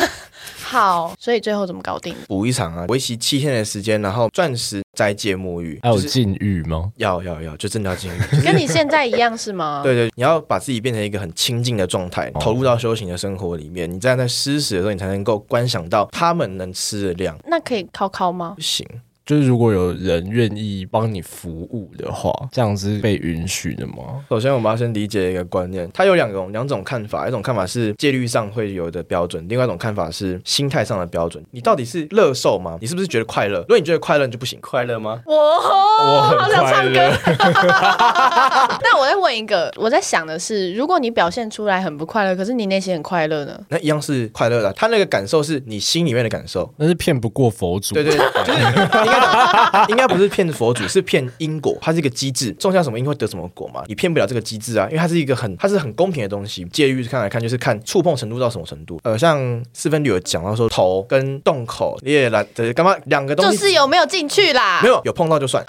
Speaker 1: 好，所以最后怎么搞定？
Speaker 3: 补一场啊，为期七天的时间，然后钻石斋戒沐浴，
Speaker 1: 啊
Speaker 2: 还有
Speaker 3: 就是
Speaker 2: 禁欲吗？
Speaker 3: 要要要，就真的要进 入。
Speaker 1: 跟你哦现在一样是吗？
Speaker 3: 对对，你要把自己变成一个很清净的状态，
Speaker 1: 嗯
Speaker 3: 投入到修行的生活里面。你站在施食的时候，你才能够观想到他们能吃的量。
Speaker 1: 那可以靠靠吗
Speaker 3: 不？行，
Speaker 2: 就是如果有人愿意帮你服务的话，这样是被允许的吗？
Speaker 3: 首先我们要先理解一个观念，它有两种两种看法，一种看法是戒律上会有的标准，另外一种看法是心态上的标准。你到底是乐受吗？你是不是觉得快乐？如果你觉得快乐，你就不行。
Speaker 4: 快乐吗？
Speaker 1: 我好想唱歌。 但我再问一个，我在想的是，如果你表现出来很不快乐，可是你内心很快乐呢？
Speaker 3: 那一样是快乐的啊，他那个感受是你心里面的感受。
Speaker 2: 那是骗不过佛祖。
Speaker 3: 对对，就是应该应该不是骗佛祖，是骗因果，它是一个机制，种下什么因会得什么果嘛，你骗不了这个机制啊，因为它是一个很它是很公平的东西。戒律看来看就是看触碰程度到什么程度，呃，像四分律有讲到说头跟洞口、也懒得干嘛两个东
Speaker 1: 就
Speaker 3: 西
Speaker 1: 是有没有进去啦？
Speaker 3: 没。有有碰到就算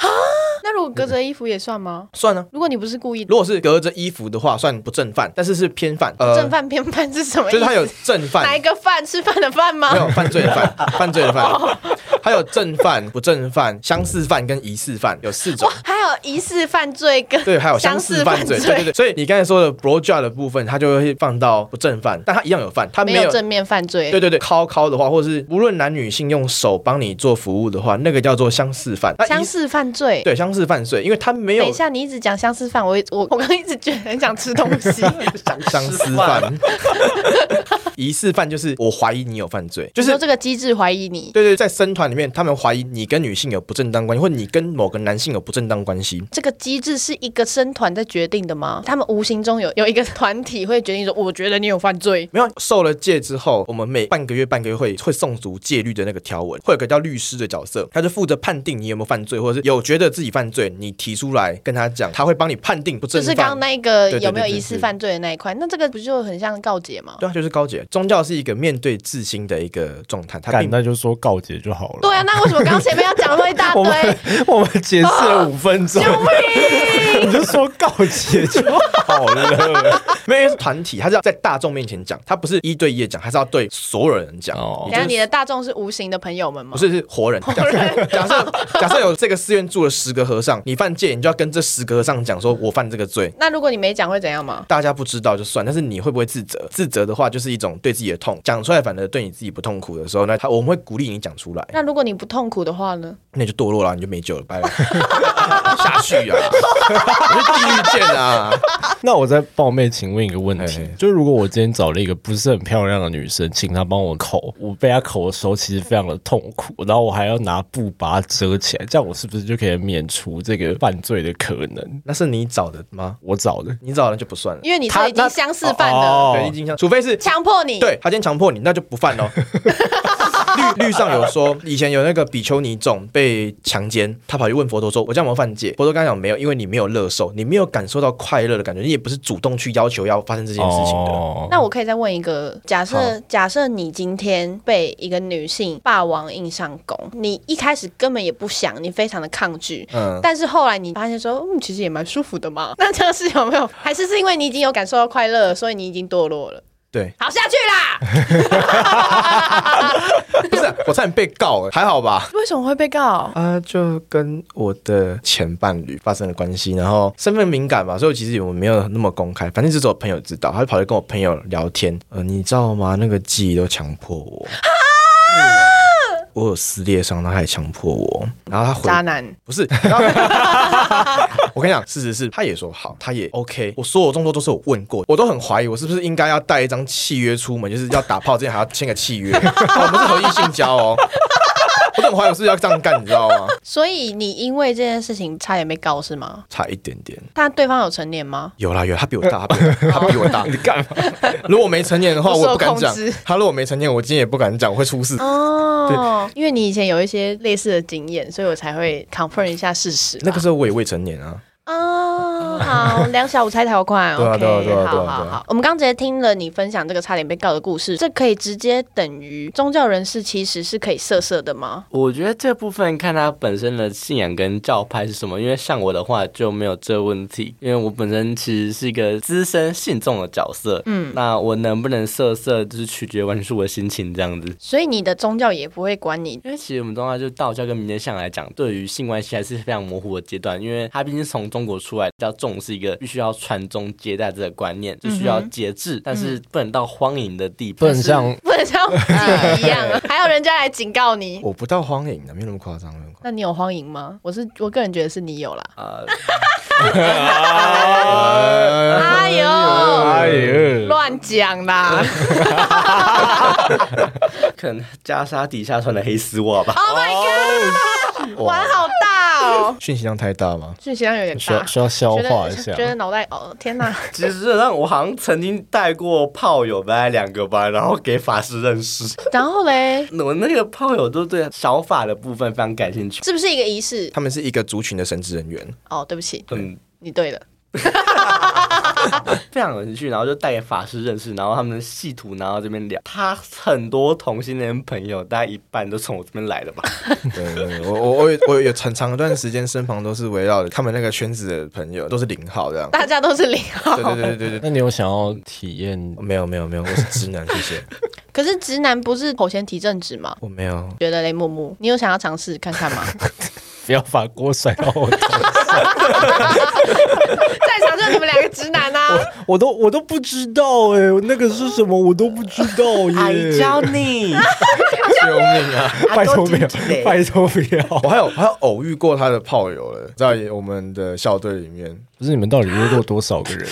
Speaker 1: 那如果隔着衣服也算吗？
Speaker 3: 算呢、
Speaker 1: 如果你不是故意的，
Speaker 3: 如果是隔着衣服的话，算不正犯，但是是偏犯，呃，
Speaker 1: 正犯偏犯是什么意
Speaker 3: 就
Speaker 1: 思？
Speaker 3: 是他有正犯
Speaker 1: 哪一个饭？吃饭的饭吗
Speaker 3: 没？ 有犯罪的犯，犯罪的
Speaker 1: 哦
Speaker 3: 犯，还有正犯、不正犯、相似犯跟疑似犯，有四种。
Speaker 1: 还有疑似犯罪跟
Speaker 3: 对，还有相似犯罪，对对对。所以你刚才说的 bro j o 的部分，它就会放到不正犯，但它一样有犯，它
Speaker 1: 没
Speaker 3: 有
Speaker 1: 有。正面犯罪。
Speaker 3: 对对对，敲敲的话，或是无论男女性用手帮你做服务的话，那个叫做相似犯。啊那疑
Speaker 1: 相似犯罪。
Speaker 3: 对相似犯罪，因为它没
Speaker 1: 等一
Speaker 3: 有
Speaker 1: 下，你一直讲相似犯，我一我我刚刚一直觉得很想吃东 西。
Speaker 3: 相 似犯，疑似犯就是我怀疑你有犯罪，
Speaker 1: 就
Speaker 3: 就
Speaker 1: 是说这个机制怀疑你。
Speaker 3: 对对，在僧团里面，他们怀疑你跟女性有不正当关系，或你跟某个男性有不正当关系。
Speaker 1: 这个机制是一个生团在决定的吗？他们无形中有有一个团体会决定说，我觉得你有犯罪，
Speaker 3: 没有受了戒之后，我们每半个月半个月会会送足戒律的那个条文，会有个叫律师的角色，他就负责判定你有没有犯罪，或者是有觉得自己犯罪，你提出来跟他讲，他会帮你判定不
Speaker 1: 就
Speaker 3: 正
Speaker 1: 是刚刚。
Speaker 3: 犯
Speaker 1: 那一个
Speaker 3: 对对对
Speaker 1: 有没有
Speaker 3: 对
Speaker 1: 疑
Speaker 3: 对
Speaker 1: 似
Speaker 3: 对
Speaker 1: 犯罪的那一块，那这个不就很像告解吗？
Speaker 3: 对啊，就是高姐，宗教是一个面对自心的一个状态，他
Speaker 2: 干
Speaker 3: 并
Speaker 2: 那就说告解就好了。
Speaker 1: 对啊，那为什么刚前面要讲那么一大
Speaker 2: 我们
Speaker 1: 堆？
Speaker 2: 我们解释了五分 钟，你就说告解就好了。
Speaker 3: 没有因为是团体，他是要在大众面前讲，他不是一对一地讲，他是要对所有人讲。
Speaker 2: 哦
Speaker 1: 等一下你的大众是无形的朋友们吗
Speaker 3: 不？是是活人。假设假设假设有这个寺院住了十个和尚，你犯戒，你就要跟这十个和尚讲说，我犯这个罪。
Speaker 1: 那如果你没讲会怎样吗？
Speaker 3: 大家不知道就算，但是你会不会自责？自责的话，就是一种对自己的痛，讲出来反而对你自己不痛苦的时候，那他我们会鼓励你讲出来，
Speaker 1: 那如果你不痛苦的话呢？
Speaker 3: 那你就堕落了，你就没救了，拜了， 下去啊，我是地狱见啊！
Speaker 2: 那我再冒昧请问一个问
Speaker 3: 嘿
Speaker 2: 题
Speaker 3: 嘿，
Speaker 2: 就如果我今天找了一个不是很漂亮的女生，请她帮我口，我被她口的时候其实非常的痛苦，然后我还要拿布把它遮起来，这样我是不是就可以免除这个犯罪的可能？
Speaker 3: 那是你找的吗？
Speaker 2: 我找的
Speaker 3: 你找的就不算了，
Speaker 1: 因为你
Speaker 3: 他
Speaker 1: 是已经相似犯了，
Speaker 2: 哦
Speaker 3: 对，已经像，除非是
Speaker 1: 强迫你。
Speaker 3: 对他今天强迫你，那就不 犯喽。律律上有说，以前有那个比丘尼众被强奸，他跑去问佛陀说：“我这样有没有犯戒？”佛陀刚讲没有，因为你没有乐受，你没有感受到快乐的感觉，你也不是主动去要求要发生这件事情的。
Speaker 2: 哦
Speaker 1: 那我可以再问一个，假设假设你今天被一个女性霸王硬上弓，你一开始根本也不想，你非常的抗拒，
Speaker 3: 嗯，
Speaker 1: 但是后来你发现说，嗯，其实也蛮舒服的嘛。 那这样是有没有？还是是因为你已经有感受到快乐了，所以你已经堕落了？
Speaker 3: 对，
Speaker 1: 好，下去啦！
Speaker 3: 不是，啊 我差点被告了，还好吧？
Speaker 1: 为什么会被告？
Speaker 3: 啊、就跟我的前伴侣发生了关系，然后身份敏感嘛，所以其实我们没有那么公开，反正只是我朋友知道，他就跑去跟我朋友聊天，呃，你知道吗？那个记忆都强迫 我，嗯我有撕裂伤，他还强迫我，然后他回
Speaker 1: 渣男，
Speaker 3: 不 是，然后我跟你讲，事实是他也说好，他也 OK，我所有动作都是我问过，我都很怀疑我是不是应该要带一张契约出门，就是要打炮之前还要签个契 约，哦我们是合意性交哦。我都很怀疑我是不是要这样干，你知道吗？
Speaker 1: 所以你因为这件事情差点被告是吗？
Speaker 3: 差一点点，
Speaker 1: 但对方有成年吗？
Speaker 3: 有啦有啦，他比我大，他比我大，他比我 大。你干嘛？如果我没成年的话，
Speaker 1: 不
Speaker 3: 我
Speaker 1: 受
Speaker 3: 也不敢讲
Speaker 1: 控制。
Speaker 3: 他如果没成年，我今天也不敢讲，我会出事。
Speaker 1: 哦，因为你以前有一些类似的经验，所以我才会 confirm 一下事实吧。
Speaker 3: 那个时候我也未成年啊，
Speaker 1: 哦，好，两小无猜条款
Speaker 3: 对啊
Speaker 1: ，OK，
Speaker 3: 对啊对啊对啊
Speaker 1: 好
Speaker 3: 对啊
Speaker 1: 好好。我们刚直接听了你分享这个差点被告的故事，这可以直接等于宗教人士其实是可以色色的吗？
Speaker 4: 我觉得这部分看他本身的信仰跟教派是什么，因为像我的话就没有这问题，因为我本身其实是一个资深信众的角色，嗯，那我能不能色色就是取决完全是我的心情这样子。
Speaker 1: 所以你的宗教也不会管你。
Speaker 4: 因为其实我们中话就道教跟民间信仰来讲，对于性关系还是非常模糊的阶段，因为它毕竟是从中国出来，比较重视一个必须要传宗接代这个观念，就需要节制，但是不能到荒淫的地步。
Speaker 2: 不能像
Speaker 1: 不能像自己一 样啊，还有人家来警告你。
Speaker 3: 我不到荒淫啊的，没有那么夸张。没有那么夸张
Speaker 1: 那你有荒淫吗？我是我个人觉得是你有啦。
Speaker 4: 呃，
Speaker 3: 呃
Speaker 1: 哎呦，
Speaker 2: 哎呦，
Speaker 1: 乱讲啦！
Speaker 4: 可能袈裟底下穿的黑丝袜 吧。
Speaker 1: 哦
Speaker 3: 哦
Speaker 1: 玩好大 哦，
Speaker 3: 讯息量太大吗？
Speaker 1: 讯息量有点
Speaker 2: 需要
Speaker 1: 大。
Speaker 2: 需要消
Speaker 1: 觉
Speaker 2: 化
Speaker 1: 得
Speaker 2: 一下
Speaker 1: 觉。得脑袋哦，天哪！
Speaker 4: 其实让我好像曾经带过炮友大概两个吧，然后给法师认识。
Speaker 1: 然后嘞，
Speaker 4: 我那个炮友都对小法的部分非常感兴趣。
Speaker 1: 是不是一个仪式？
Speaker 3: 他们是一个族群的神职人员，
Speaker 1: 哦，对不起，
Speaker 4: 嗯，
Speaker 1: 你对了。
Speaker 4: 非常有兴趣，然后就带给法师认识，然后他们的系图，然后这边聊。他很多同性恋朋友，大概一半都从我这边来的吧。
Speaker 3: 对对，对我我我有我有很长一段时间身旁都是围绕着他们那个圈子的朋友，都是零号这 样。
Speaker 1: 大家都是零号。
Speaker 3: 对对对对对对，
Speaker 2: 那你有想要体验？
Speaker 3: 没有没有没有，我是直男，谢谢。
Speaker 1: 可是直男不是口嫌体正直吗？
Speaker 3: 我没有，
Speaker 1: 觉得雷木木，你有想要尝试看看吗？
Speaker 2: 不要把锅甩到我头上
Speaker 1: 在场就你们两个直男啊！
Speaker 2: 我都我都不知道哎、那个是什么我都不知道 耶！
Speaker 4: 你，，
Speaker 3: 救命啊！
Speaker 2: 拜托不要拜托不要！
Speaker 3: 我还有我还有偶遇过他的炮友了，在我们的校队里面，
Speaker 2: 不是你们到底约过多少个人？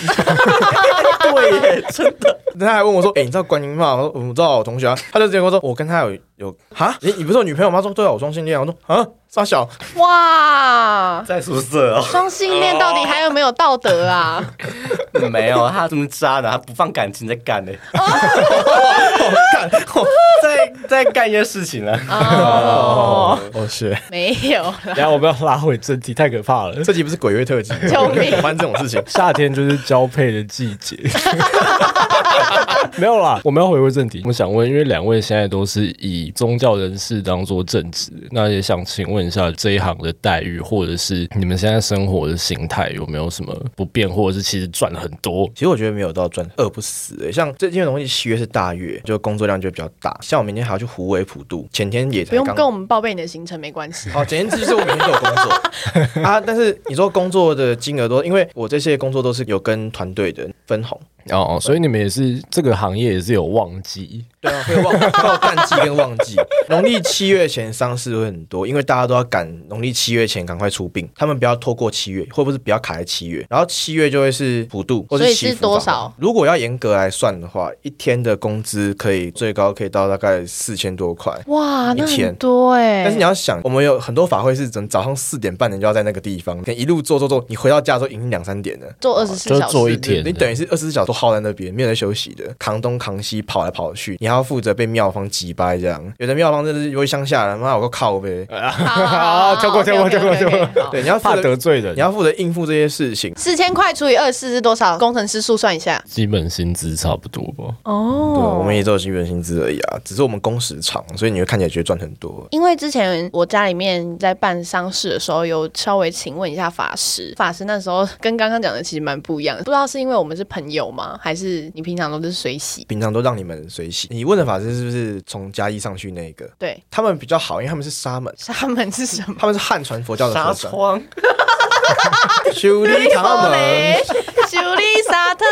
Speaker 4: 对耶，真的。
Speaker 3: 他还问我说：“哎、你知道观音吗？”我说：“我知道，我同学啊。”他就直接跟我说：“我跟他有有哈，你你不是有女朋友吗？”他说：“对啊，我双性恋啊。”我说：“啊，傻小，
Speaker 1: 哇，
Speaker 4: 在宿舍哦，
Speaker 1: 双性恋到底还有没有道德啊？
Speaker 4: 哦没有他这么渣的，他不放感情在干呢、 哦在在干一些事情了。
Speaker 1: 哦，
Speaker 3: 我是
Speaker 1: 没有，
Speaker 2: 然后我们要拉回正题，太可怕了。
Speaker 3: 这集不是鬼月特辑，
Speaker 1: 救命
Speaker 3: 发生这种事情，
Speaker 2: 夏天就是交配的季节。 没有啦，我们要回归正题。我想问，因为两位现在都是以宗教人士当做正职，那也想请问一下这一行的待遇，或者是你们现在生活的形态有没有什么不变，或者是其实赚很多？
Speaker 3: 其实我觉得没有到赚饿不死、欸，像最近的东西，七月是大月，就工作量就比较大。像我明天还要去湖尾普渡，前天也才
Speaker 1: 不用
Speaker 3: 刚
Speaker 1: 跟我们报备你的行程，没关系。
Speaker 3: 哦，简言之就是我每天都有工 作啊，但是你说工作的金额多，因为我这些工作都是有跟团队的分红，
Speaker 2: 哦，所以你们也是这个行业也是有旺季，
Speaker 3: 对啊，会有旺 会有淡季跟旺季。农历七月前丧事会很多，因为大家都要赶农历七月前赶快出殡，他们不要拖过七月，或者是不要卡在七月，然后七月就会是普渡或
Speaker 1: 所以
Speaker 3: 祈福
Speaker 1: 是多
Speaker 3: 法会
Speaker 1: 少？
Speaker 3: 如果要严格来算的话，一天的工资可以最高可以到大概四千多块。
Speaker 1: 哇，那
Speaker 3: 一天
Speaker 1: 很多哎、
Speaker 3: 但是你要想，我们有很多法会是整早上四点半你就要在那个地方，可能一路做做做，你回到家之后已经两三点了。
Speaker 1: 做二十四
Speaker 2: 就
Speaker 1: 小时，
Speaker 2: 做一天
Speaker 3: 你等于是二十四小时都耗在那边，没有在休息的，扛东扛西，跑来跑去，你还要负责被妙方击败这样。有的妙方真的是因为乡下人，妈我个靠呗。
Speaker 1: 好，
Speaker 2: 跳过跳过跳过跳过
Speaker 3: 对，你要负
Speaker 2: 啊怕
Speaker 3: 责
Speaker 2: 得，罪人，
Speaker 3: 啊你要负责应付这些事情。
Speaker 1: 四千块除以二四是多少？工程师速算一下。
Speaker 2: 基本薪资差不多吧？
Speaker 1: 哦
Speaker 3: 对，啊我们也只有基本薪资而已啊，只是我们工时长，所以你会看起来觉得赚很多。
Speaker 1: 因为之前我家里面在办丧事的时候，有稍微请问一下法师，法师那时候跟刚刚讲的其实蛮不一样的，不知道是因为我们是朋友吗，还是你平常都是随喜？
Speaker 3: 平常都让你们随喜。你问的法师是不是从嘉义上去那个？
Speaker 1: 对，
Speaker 3: 他们比较好，因为他们是沙门，
Speaker 1: 沙门是什么？
Speaker 3: 他们是汉传佛教的
Speaker 4: 纱
Speaker 3: 和尚，
Speaker 4: 窗，
Speaker 3: 修理 他们。
Speaker 1: 修理沙 特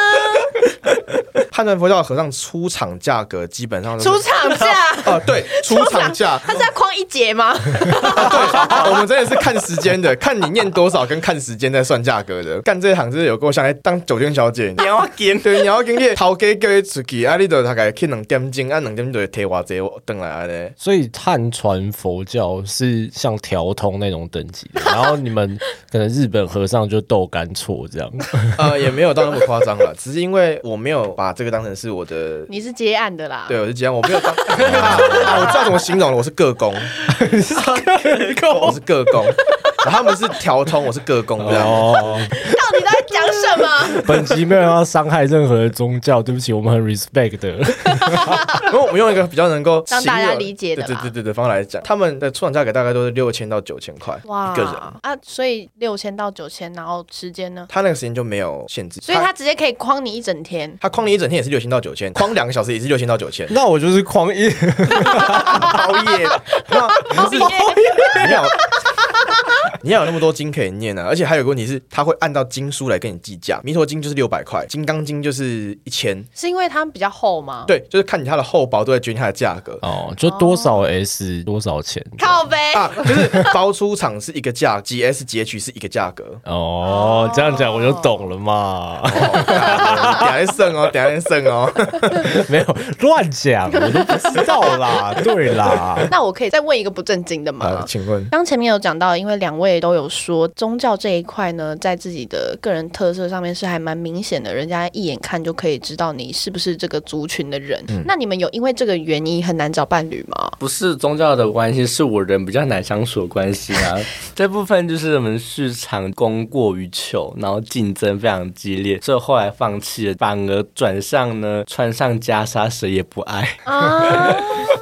Speaker 3: 汉传佛教的和尚出场价格基本上都是
Speaker 1: 出场价，
Speaker 3: 啊，对，出场价。
Speaker 1: 他是要框一节吗？
Speaker 3: 我们真的是看时间的， 看你念多少跟看时间在算价格的。干这一行真的有够像在当酒店小姐。
Speaker 4: 你要给
Speaker 3: 对，你要跟你头家叫伊出去，啊，你就大概去两点钟，啊，两点钟就摕偌济我等来安尼。
Speaker 2: 所以汉传佛教是像调通那种等级 的，然后你们可能日本和尚就豆干错这 样，
Speaker 3: 呃，也没有到那么夸张了，只是因为我没有把这个当成是我的
Speaker 1: 你是接案的啦，
Speaker 3: 对，我是这样，我没有当 啊，我知道怎么形容了，我是个工，我是个工，然后他们是调通，我是个工这样。
Speaker 2: 哦，
Speaker 1: 到底在讲什 么？
Speaker 2: 本集没有要伤害任何的宗教，对不起，我们很 respect 的。，
Speaker 3: 因为我们用一个比较能够
Speaker 1: 让大家
Speaker 3: 形容
Speaker 1: 理解的
Speaker 3: 对对
Speaker 1: 啦
Speaker 3: 对对对方来讲，他们的出厂价格大概都是六千到九千块
Speaker 1: 哇
Speaker 3: 一个人，
Speaker 1: 啊，所以六千到九千，然后时间呢？
Speaker 3: 他那个时间就没有限制，
Speaker 1: 所以他直接可以框你一整天。
Speaker 3: 他框你一整天也是六千到九千，框两个小时也是六千到九千
Speaker 2: 那我就是狂一，
Speaker 3: 熬夜，那不是 你要。你要有那么多经可以念啊，而且还有个问题是，他会按照经书来跟你计价，《弥陀经》就是六百块，《金刚经》就是一千，
Speaker 1: 是因为它比较厚吗？，
Speaker 3: 对，就是看你它的厚薄都在决定它的价 格。
Speaker 2: 哦，就多少 S 多少钱。
Speaker 1: 靠背。
Speaker 3: 啊，就是包出厂是一个价，GS 截取是一个价格
Speaker 2: 哦，这样讲我就懂了 嘛，
Speaker 3: 哦等一下剩哦，等一下剩哦。
Speaker 2: 没有乱讲，我都不知道 啦，对啦，
Speaker 1: 那我可以再问一个不正经的吗？
Speaker 3: 请问，
Speaker 1: 刚前面有讲到，因为两位都有说宗教这一块呢，在自己的个人特色上面是还蛮明显的，人家一眼看就可以知道你是不是这个族群的人。
Speaker 3: 嗯
Speaker 1: 那你们有因为这个原因很难找伴侣吗？
Speaker 4: 不是宗教的关系，是我人比较难相处的关系啊。这部分就是我们市场供过于求，然后竞争非常激烈，所以后来放弃了，反而转向呢穿上袈裟，谁也不 爱。
Speaker 1: 啊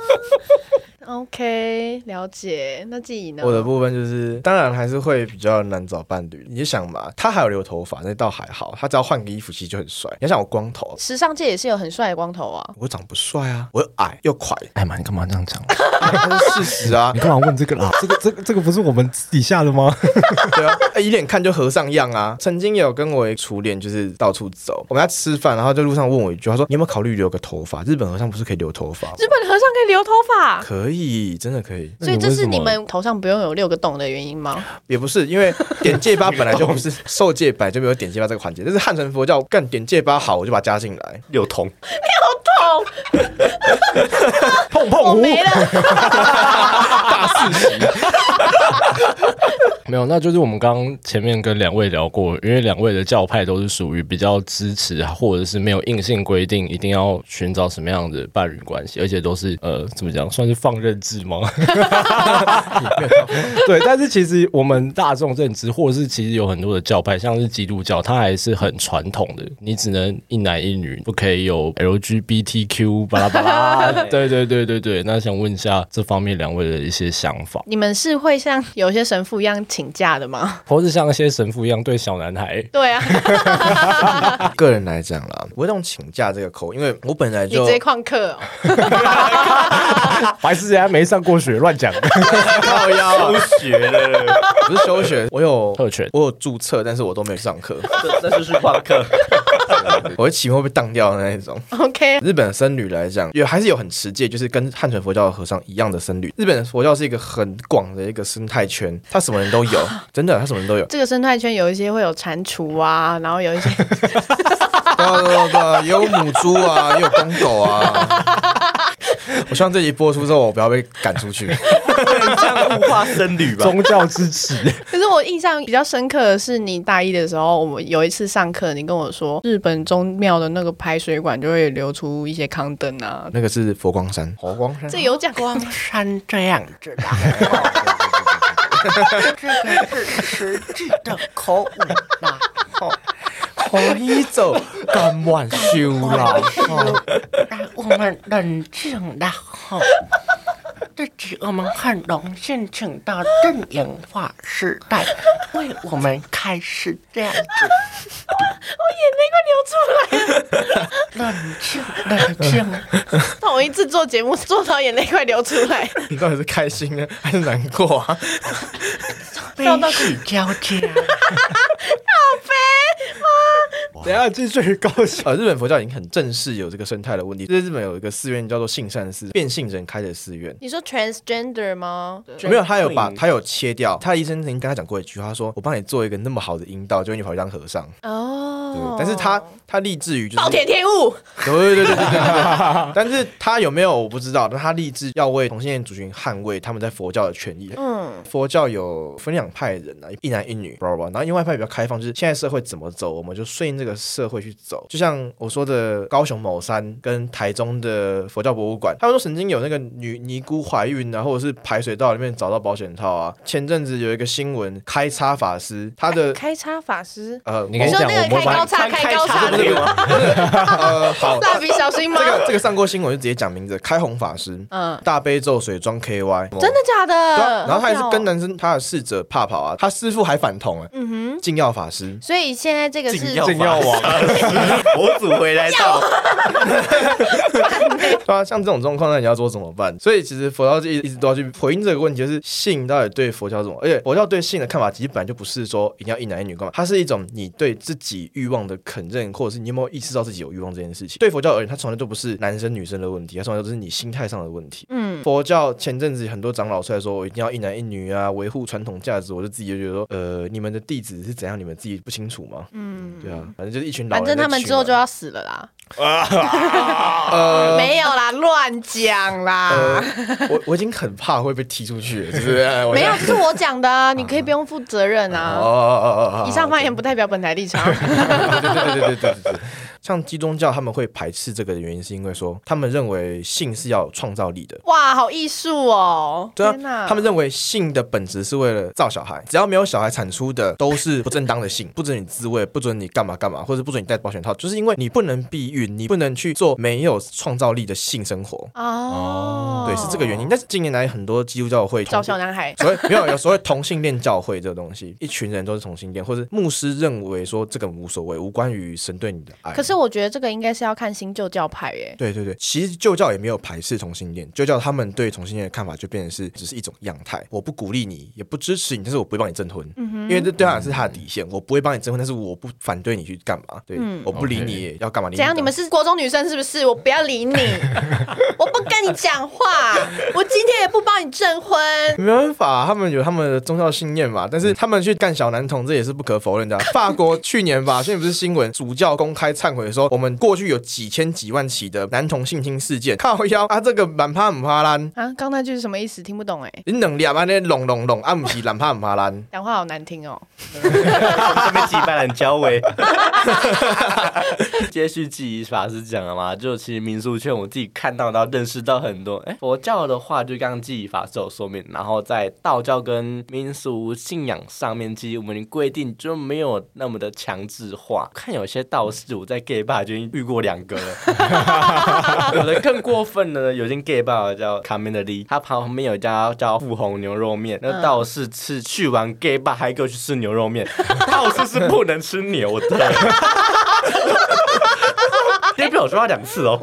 Speaker 1: ，OK，了解。那自己呢？
Speaker 3: 我的部分就是，当然还是会比较难找伴侣。你就想嘛，他还有留头发，那倒还好，他只要换个衣服，其实就很帅。你要想我光头，
Speaker 1: 时尚界也是有很帅的光头啊。
Speaker 3: 我长不帅啊，我又矮又快，
Speaker 2: 哎妈，你干嘛这样 讲？哎
Speaker 3: 那是事实啊
Speaker 2: 你，干嘛问这个 啦？这个这个这个不是我们底下的吗？
Speaker 3: 对啊，一脸看就和尚样啊。曾经有跟我一初恋就是到处走，我们在吃饭，然后在路上问我一句，他说你有没有考虑留个头发？日本和尚不是可以留头发吗？
Speaker 1: 日本的和尚可以留头发，
Speaker 3: 可以，真的可以，
Speaker 1: 所以这是你
Speaker 2: 那为什么
Speaker 1: 们头上不用有六个洞的原因 吗？
Speaker 3: 也不是因为点戒疤本来就不是 受戒，本来就没有点戒疤这个环节，但是汉城佛教干点戒疤好，我就把它加进来。
Speaker 4: 六 通，
Speaker 1: 痛，
Speaker 3: 碰碰
Speaker 1: 哦我
Speaker 3: 胡，
Speaker 1: 没了。
Speaker 2: 没有，那就是我们刚刚前面跟两位聊过，因为两位的教派都是属于比较支持，啊或者是没有硬性规定一定要寻找什么样的伴侣关系，而且都是呃怎么讲，算是放任制吗？对，但是其实我们大众认知，或者是其实有很多的教派，像是基督教，它还是很传统的，你只能一男一女，不可以有 LGBTQ 巴拉巴 拉。对对对对对，那想问一下这方面两位的一些想法。
Speaker 1: 你们是会像有些神父一样请假的 吗？
Speaker 2: 或是像一些神父一样对小男孩，
Speaker 1: 对 啊，
Speaker 3: 个人来讲啦，我会用请假这个口，因为我本来
Speaker 1: 你
Speaker 3: 就
Speaker 1: 直接旷课哦、
Speaker 2: 啊白痴人家没上过学，乱 讲。
Speaker 3: 靠腰，啊
Speaker 4: 学了，
Speaker 3: 不是休学，我有
Speaker 2: 特权
Speaker 3: 我有注册，但是我都没有上课，
Speaker 4: 这这就是旷课。
Speaker 3: 我会期末被当掉的那一种。
Speaker 1: OK，
Speaker 3: 日本的僧侣来讲，也还是有很持戒，就是跟汉传佛教的和尚一样的僧侣。日本的佛教是一个很广的一个生态圈，它什么人都有， 真的，它什么人都有。
Speaker 1: 这个生态圈有一些会有蟾蜍啊，然后有一 些
Speaker 3: 对啊对啊对啊，也有母猪 啊，也有公狗啊。我希望这集播出之后，我不要被赶出 去。
Speaker 4: 这样物化僧侣吧。
Speaker 2: 宗教支持，
Speaker 1: 可是我印象比较深刻的是，你大一的时候，我们有一次上课，你跟我说，日本宗庙的那个排水管就会流出一些康灯啊，哦
Speaker 3: 那个是佛光山，佛光山
Speaker 1: 这有讲 过吗？
Speaker 4: 山这样子的，这个是实际的口吻呐。
Speaker 3: 可以走，干万修啦。
Speaker 5: 来，我们冷静然后，这集我们很荣幸请到正言化时代为我们开始这样子。 我眼泪快流出来了。冷静，冷静，
Speaker 1: 同一次做节目做到眼泪快流出来，
Speaker 3: 你到底是开心呢，还是难过啊？
Speaker 5: 悲喜交加。
Speaker 2: 等一下继续高兴。
Speaker 3: 呃，日本佛教已经很正式有这个生态的问题。就是日本有一个寺院叫做性善寺，变性人开的寺院。
Speaker 1: 你说 transgender 吗？
Speaker 3: 没有，他有把
Speaker 4: Queen
Speaker 3: 他有切掉。他的医生曾经跟他讲过一句话，他说：“我帮你做一个那么好的阴道，就你跑去当和尚。”对
Speaker 1: 哦，
Speaker 3: 但是他他立志于就是
Speaker 1: 暴殄天物，
Speaker 3: 对对对对对对对。但是他有没有我不知道，但他立志要为同性恋族群捍卫他们在佛教的权益。
Speaker 1: 嗯，
Speaker 3: 佛教有分两派人啊，一男一女，blah blah blah 然后另外一派比较开放，就是现在社会怎么走，我们就顺应这个社会去走。就像我说的，高雄某山跟台中的佛教博物馆，他们都曾经有那个女尼姑怀孕啊，或者是排水道里面找到保险套啊。前阵子有一个新闻，开叉法师他的
Speaker 1: 开叉法师，
Speaker 3: 呃，
Speaker 2: 你跟
Speaker 1: 你
Speaker 2: 我
Speaker 1: 说
Speaker 2: 讲，
Speaker 1: 那
Speaker 2: 我
Speaker 1: 个
Speaker 2: 模
Speaker 1: 开高
Speaker 2: 仿
Speaker 1: 叉、
Speaker 4: 穿
Speaker 1: 开高叉
Speaker 4: 叉
Speaker 1: 的
Speaker 4: 的吗？
Speaker 3: 呃好，
Speaker 1: 蜡笔小新吗
Speaker 3: 这？个这个上过新闻就直接讲名字，开红法师。
Speaker 1: 嗯，
Speaker 3: 大悲咒水装 KY，
Speaker 1: 真的假
Speaker 3: 对
Speaker 1: 的
Speaker 3: 啊？然后他也是
Speaker 1: 好屌哦
Speaker 3: 跟男生他的侍者怕跑啊，他师傅还反同哎、
Speaker 1: 嗯哼。
Speaker 3: 禁药法师。
Speaker 1: 所以现在这个是
Speaker 4: 禁药
Speaker 2: 禁 药王，
Speaker 4: 佛祖回来到，
Speaker 3: 对啊，像这种状况，那你要说怎么办？所以其实佛教就一一直都要去回应这个问题，就是性到底对佛教怎么？而且佛教对性的看法，其实本来就不是说一定要一男一女干嘛，它是一种你对自己欲望的肯认，或者是你有没有意识到自己有欲望这件事情。对佛教而言，它从来都不是男生女生的问题，它从来都是你心态上的问题。
Speaker 1: 嗯，
Speaker 3: 佛教前阵子很多长老出来说，我一定要一男一女啊，维护传统价值，我就自己就觉得说，呃，你们的弟子是怎样，你们自己不清楚吗？嗯，对啊，反正就是一群老
Speaker 1: 反
Speaker 3: 人
Speaker 1: 正
Speaker 3: 在
Speaker 1: 他
Speaker 3: 取暖，
Speaker 1: 们之后就要死了啦。
Speaker 3: 呃
Speaker 1: 没有啦，乱讲啦。
Speaker 3: 呃，我我已经很怕会被踢出去了，就是哎 我
Speaker 1: 没有，这是我讲的啊，你可以不用负责任
Speaker 3: 哦
Speaker 1: 啊。
Speaker 3: 哦哦哦，
Speaker 1: 以上发言不代表本台立 场。
Speaker 3: 对对对对对对对对。像基督教他们会排斥这个的原因，是因为说他们认为性是要有创造力的。
Speaker 1: 哇，好艺术哦！
Speaker 3: 对
Speaker 1: 天哪
Speaker 3: 啊，他们认为性的本质是为了造小孩，只要没有小孩产出的都是不正当的性，不准你自慰，不准你干嘛干嘛，或者不准你戴保险套，就是因为你不能避孕，你不能去做没有创造力的性生活。
Speaker 1: 哦，
Speaker 3: 对，是这个原因。。但是近年来很多基督教会
Speaker 1: 找小男孩，
Speaker 3: 所以没有有所谓同性恋教会这个东西，一群人都是同性恋，或者牧师认为说这个无所谓，无关于神对你的爱。
Speaker 1: 可是我觉得这个应该是要看新旧教派耶。
Speaker 3: 对对对，其实旧教也没有排斥同性恋，旧教他们对同性恋的看法就变成是只是一种样态。我不鼓励你，也不支持你，但是我不会帮你证
Speaker 1: 嗯
Speaker 3: 婚，因为这对他来说是他的底线。我不会帮你证婚，但是我不反对你去干嘛。对，我不理
Speaker 2: OK
Speaker 3: 你也要干嘛？
Speaker 1: 嗯怎样？你们是国中女生是不是？我不要理你，我不跟你讲话，我今天也不帮你证婚。
Speaker 3: 没办法，他们有他们的宗教信念嘛，但是他们去干小男童，这也是不可否 认的啊、法国去年吧，现在不是新闻，主教公开忏悔说，我们过去有几千几万起的男童性侵事件，靠腰啊，这个懒趴唔趴烂，
Speaker 1: 啊，刚那句是什么意思？听不懂哎，
Speaker 3: 你能力啊，那拢拢拢，啊不是懒趴唔趴烂。
Speaker 1: 讲话好难听哦。
Speaker 4: 这边几百人交尾。 接续记忆法师讲了嘛，就其实民俗圈我自己看到到认识到很多。哎，佛教的话就刚刚记忆法师有说明，然后在道教跟民俗信仰上面，其实我们规定就没有那么的强制化。看有些道士，我在 gay bar 就已经遇过两个了。有的更过分的呢，有间 gay bar 叫 Community，它旁边有一家叫富红牛肉面，那道士是去完 gay bar 还给我去吃牛肉面， 道士是不能吃牛的。 你被我抓两次哦，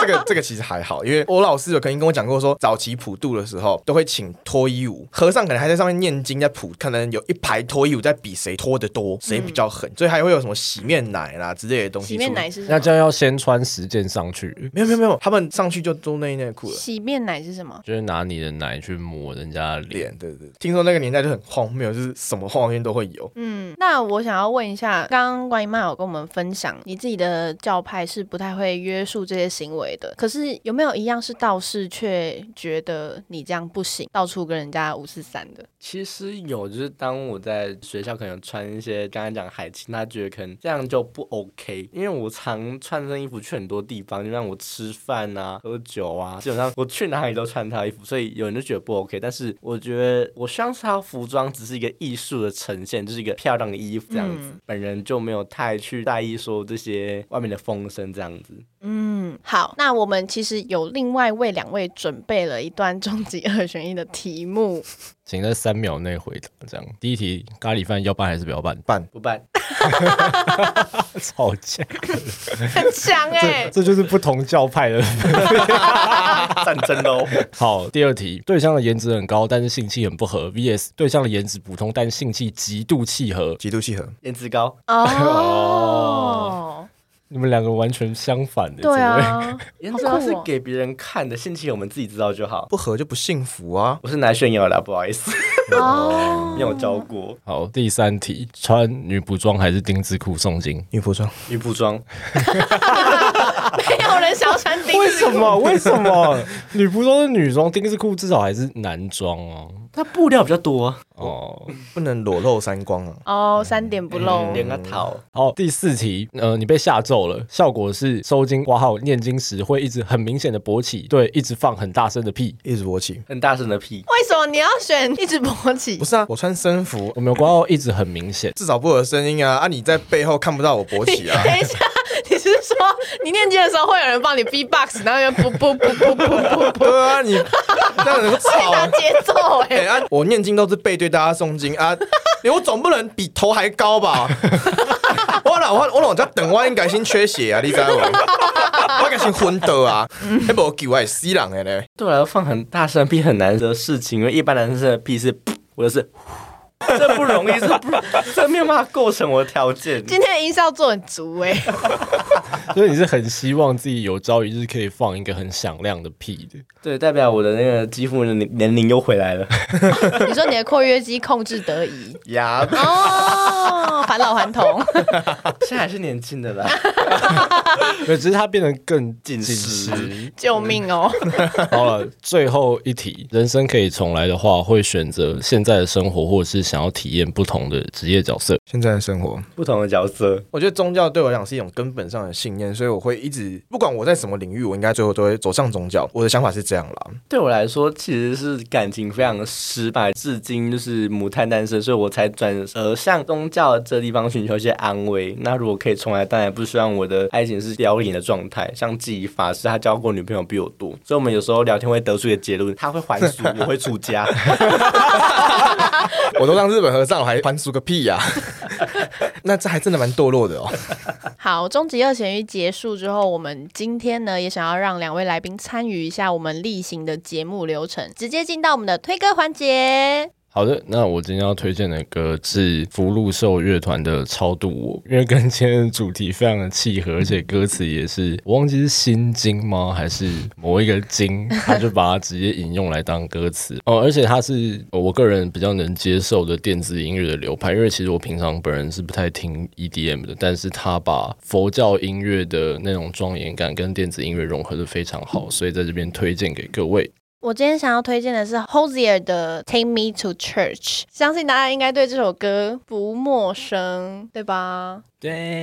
Speaker 3: 这个这个其实还好，因为我老师有曾经跟我讲过说早期普渡的时候都会请脱衣舞，和尚可能还在上面念经在普，可能有一排脱衣舞在比谁脱的多，谁比较狠，所以还会有什么洗面奶啦之类的东西
Speaker 1: 洗
Speaker 3: 出现。
Speaker 1: 面奶是什
Speaker 2: 那这
Speaker 1: 么？
Speaker 2: 样要先穿十件上去，
Speaker 3: 没有没有没有，他们上去就都内衣内裤了。
Speaker 1: 洗面奶是什么？
Speaker 2: 就是拿你的奶去抹人家的脸。
Speaker 3: 脸对对，对听说那个年代就很荒谬，就是什么荒谬都会有。
Speaker 1: 嗯，那我想要问一下，刚刚关姨妈有跟我们分享，你自己的教派是不太会约束这些行为的，可是有没有一样是道士却觉得你这样不行，到处跟人家五四三的？
Speaker 4: 其实有，就是当我在学校可能穿一些刚才讲海青，他觉得可能这样就不 OK，因为我常穿这身衣服去很多地方，就让我吃饭啊、喝酒啊，基本上我去哪里都穿他的衣服，所以有人就觉得不 OK。但是我觉得我相信他服装只是一个艺术的呈现，就是一个漂亮的衣服这样子，
Speaker 1: 嗯
Speaker 4: 本人就没有太去在意说这些外面的风声这样子。
Speaker 1: 嗯，好，那我们其实有另外为两位准备了一段终极二选一的题目，
Speaker 2: 请在三秒内回答。这样，第一题，咖喱饭要拌还是不要拌？
Speaker 4: 不办，
Speaker 2: 吵架，
Speaker 1: 很强哎、
Speaker 2: 这就是不同教派的。
Speaker 4: 战争喽！
Speaker 2: 好，第二题，对象的颜值很高，但是性气很不合。VS 对象的颜值普通，但性气极度契合。
Speaker 3: 极度契合，
Speaker 4: 颜值高，
Speaker 1: 哦，
Speaker 2: 你们两个完全相反的，
Speaker 1: 对啊，
Speaker 4: 颜
Speaker 1: 好
Speaker 4: 值高
Speaker 1: 酷
Speaker 4: 是
Speaker 1: 哦。
Speaker 4: 给别人看的，性情我们自己知道就好。
Speaker 3: 不合就不幸福啊！
Speaker 4: 我是拿来炫 耀的啊，不好意思。
Speaker 1: 哦
Speaker 4: 没有教过
Speaker 2: 好，第三题，穿女仆装还是丁字裤诵经？
Speaker 3: 女服装，
Speaker 4: 女仆装，
Speaker 1: 没有人想要穿丁字裤，
Speaker 2: 么？ 为什么？女仆装是女装，丁字裤至少还是男装哦。
Speaker 4: 它布料比较多，啊
Speaker 2: 哦，
Speaker 3: 不能裸露三光啊！
Speaker 1: 哦，三点不露，
Speaker 4: 嗯连个套。
Speaker 2: 好，第四题，呃，你被吓咒了，效果是收经挂号念经时会一直很明显的勃起，对，一直放很大声的屁。
Speaker 3: 一直勃起，
Speaker 4: 很大声的屁，
Speaker 1: 为什么你要选一直勃起
Speaker 3: 不？是啊，我穿僧服，
Speaker 2: 我们有挂号一直很明 显，
Speaker 3: 至少不会有声音啊！啊，你在背后看不到我勃起 啊！
Speaker 1: 等一下，你是说你念经的时候会有人帮你 B box，然后有人不不不不不不不
Speaker 3: 对啊，你这样很吵
Speaker 1: 打
Speaker 3: 啊。
Speaker 1: 节奏哎、
Speaker 3: 哎、啊，我念经都是背对大家诵经啊， 我总不能比头还高吧？ 我老我我老在等我应该先缺血啊，你知道吗？ 我该先昏倒啊，那无救我会死人的嘞。
Speaker 4: 对我来说放很大声的屁很难的事情，因为一般男生的屁是， 我的是，这不容易，这不， 这没有办法构成我的条 件。
Speaker 1: 今天音效做很足哎、
Speaker 2: 所以你是很希望自己有朝一日可以放一个很响亮的屁的。
Speaker 4: 对，代表我的那个肌肤年年龄又回来了。
Speaker 1: 你说你的括约肌控制得宜
Speaker 4: 呀，
Speaker 1: 哦，返老还童。
Speaker 4: 现在还是年轻的啦。
Speaker 2: 对，只是它变得更
Speaker 4: 紧实
Speaker 2: 实。
Speaker 1: 救命哦！
Speaker 2: 好了，最后一题，人生可以重来的话，会选择现在的生活，或者是想要体验不同的职业角色？
Speaker 3: 现在的生活，
Speaker 4: 不同的角色，
Speaker 3: 我觉得宗教对我来讲是一种根本上的信念，所以我会一直不管我在什么领域，我应该最后都会走上宗教。我的想法是这样 啦。
Speaker 4: 对我来说其实是感情非常失败，至今就是母胎单身，所以我才转而向宗教这地方寻求一些安慰。那如果可以重来，当然不希望我的爱情是凋零的状态。像记忆法师，他交过女朋友比我多，所以我们有时候聊天会得出一个结论：他会还俗，我会出家。
Speaker 3: 我都让日本和尚了，我还还俗个屁呀、那这还真的蛮堕落的哦。
Speaker 1: 好，终极二选一结束之后，我们今天呢也想要让两位来宾参与一下我们例行的节目流程，直接进到我们的推歌环节。
Speaker 2: 好的，那我今天要推荐的歌是福禄寿乐团的《超度我》，因为跟今天的主题非常的契合，而且歌词也是我忘记是心经吗，还是某一个经，他就把它直接引用来当歌词哦。而且它是我个人比较能接受的电子音乐的流派，因为其实我平常本人是不太听 EDM 的，但是他把佛教音乐的那种庄严感跟电子音乐融合的非常好，所以在这边推荐给各位。
Speaker 1: 我今天想要推荐的是 Hosier 的《Take Me to Church》，相信大家应该对这首歌不陌生，对吧？
Speaker 4: 对，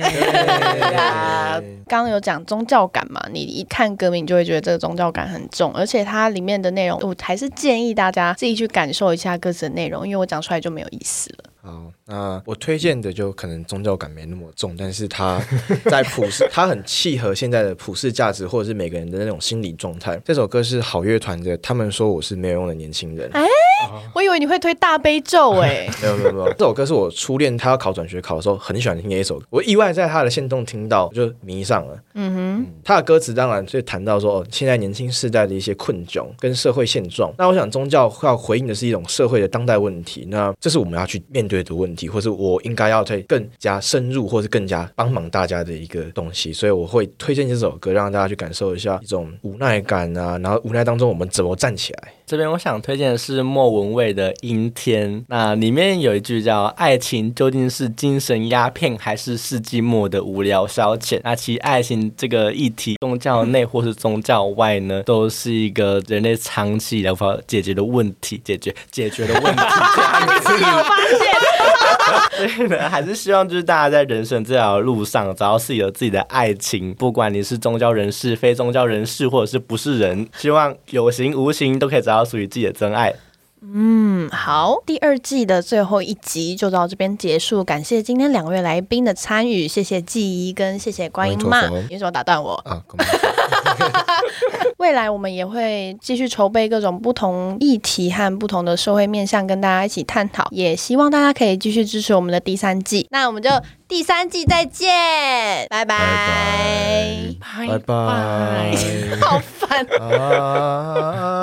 Speaker 1: 刚刚有讲宗教感嘛，你一看歌名你就会觉得这个宗教感很重，而且它里面的内容，我还是建议大家自己去感受一下歌词的内容，因为我讲出来就没有意思了。
Speaker 3: 好，那我推荐的就可能宗教感没那么重，但是它 在普世，它很契合现在的普世价值或者是每个人的那种心理状态。这首歌是好乐团的，他们说我是没有用的年轻人。
Speaker 1: 我以为你会推大悲咒欸诶、
Speaker 3: 没有没有没有，这首歌是我初恋，他要考转学考的时候很喜欢听的一首歌，我意外在他的线动听到，我就迷上了。 嗯哼，他的歌词当然就谈到说，哦，现在年轻世代的一些困窘跟社会现状。那我想宗教要回应的是一种社会的当代问题，那这是我们要去面对的问题，或是我应该要再更加深入，或是更加帮忙大家的一个东西。所以我会推荐这首歌，让大家去感受一下一种无奈感啊，然后无奈当中我们怎么站起来。
Speaker 4: 这边我想推荐的是莫文蔚的《阴天》，那里面有一句叫“爱情究竟是精神鸦片，还是世纪末的无聊消遣？”那其实爱情这个议题，宗教内或是宗教外呢，都是一个人类长期以来无法解决的问题，解决 解决的问题。
Speaker 1: 自己有发现，
Speaker 4: 对的，还是希望就是大家在人生这条路上，只要是有自己的爱情，不管你是宗教人士、非宗教人士，或者是不是人，希望有形无形都可以找到属于自己的真爱。
Speaker 1: 嗯，好，第二季的最后一集就到这边结束，感谢今天两位来宾的参与，谢谢季怡跟谢谢观音妈
Speaker 3: 阿弥陀佛，
Speaker 1: 你为什么打断我？
Speaker 3: 啊，干嘛
Speaker 1: 未来我们也会继续筹备各种不同议题和不同的社会面向，跟大家一起探讨。也希望大家可以继续支持我们的第三季。那我们就第三季再见，拜拜。
Speaker 3: 拜拜。
Speaker 1: 好烦。
Speaker 3: 啊。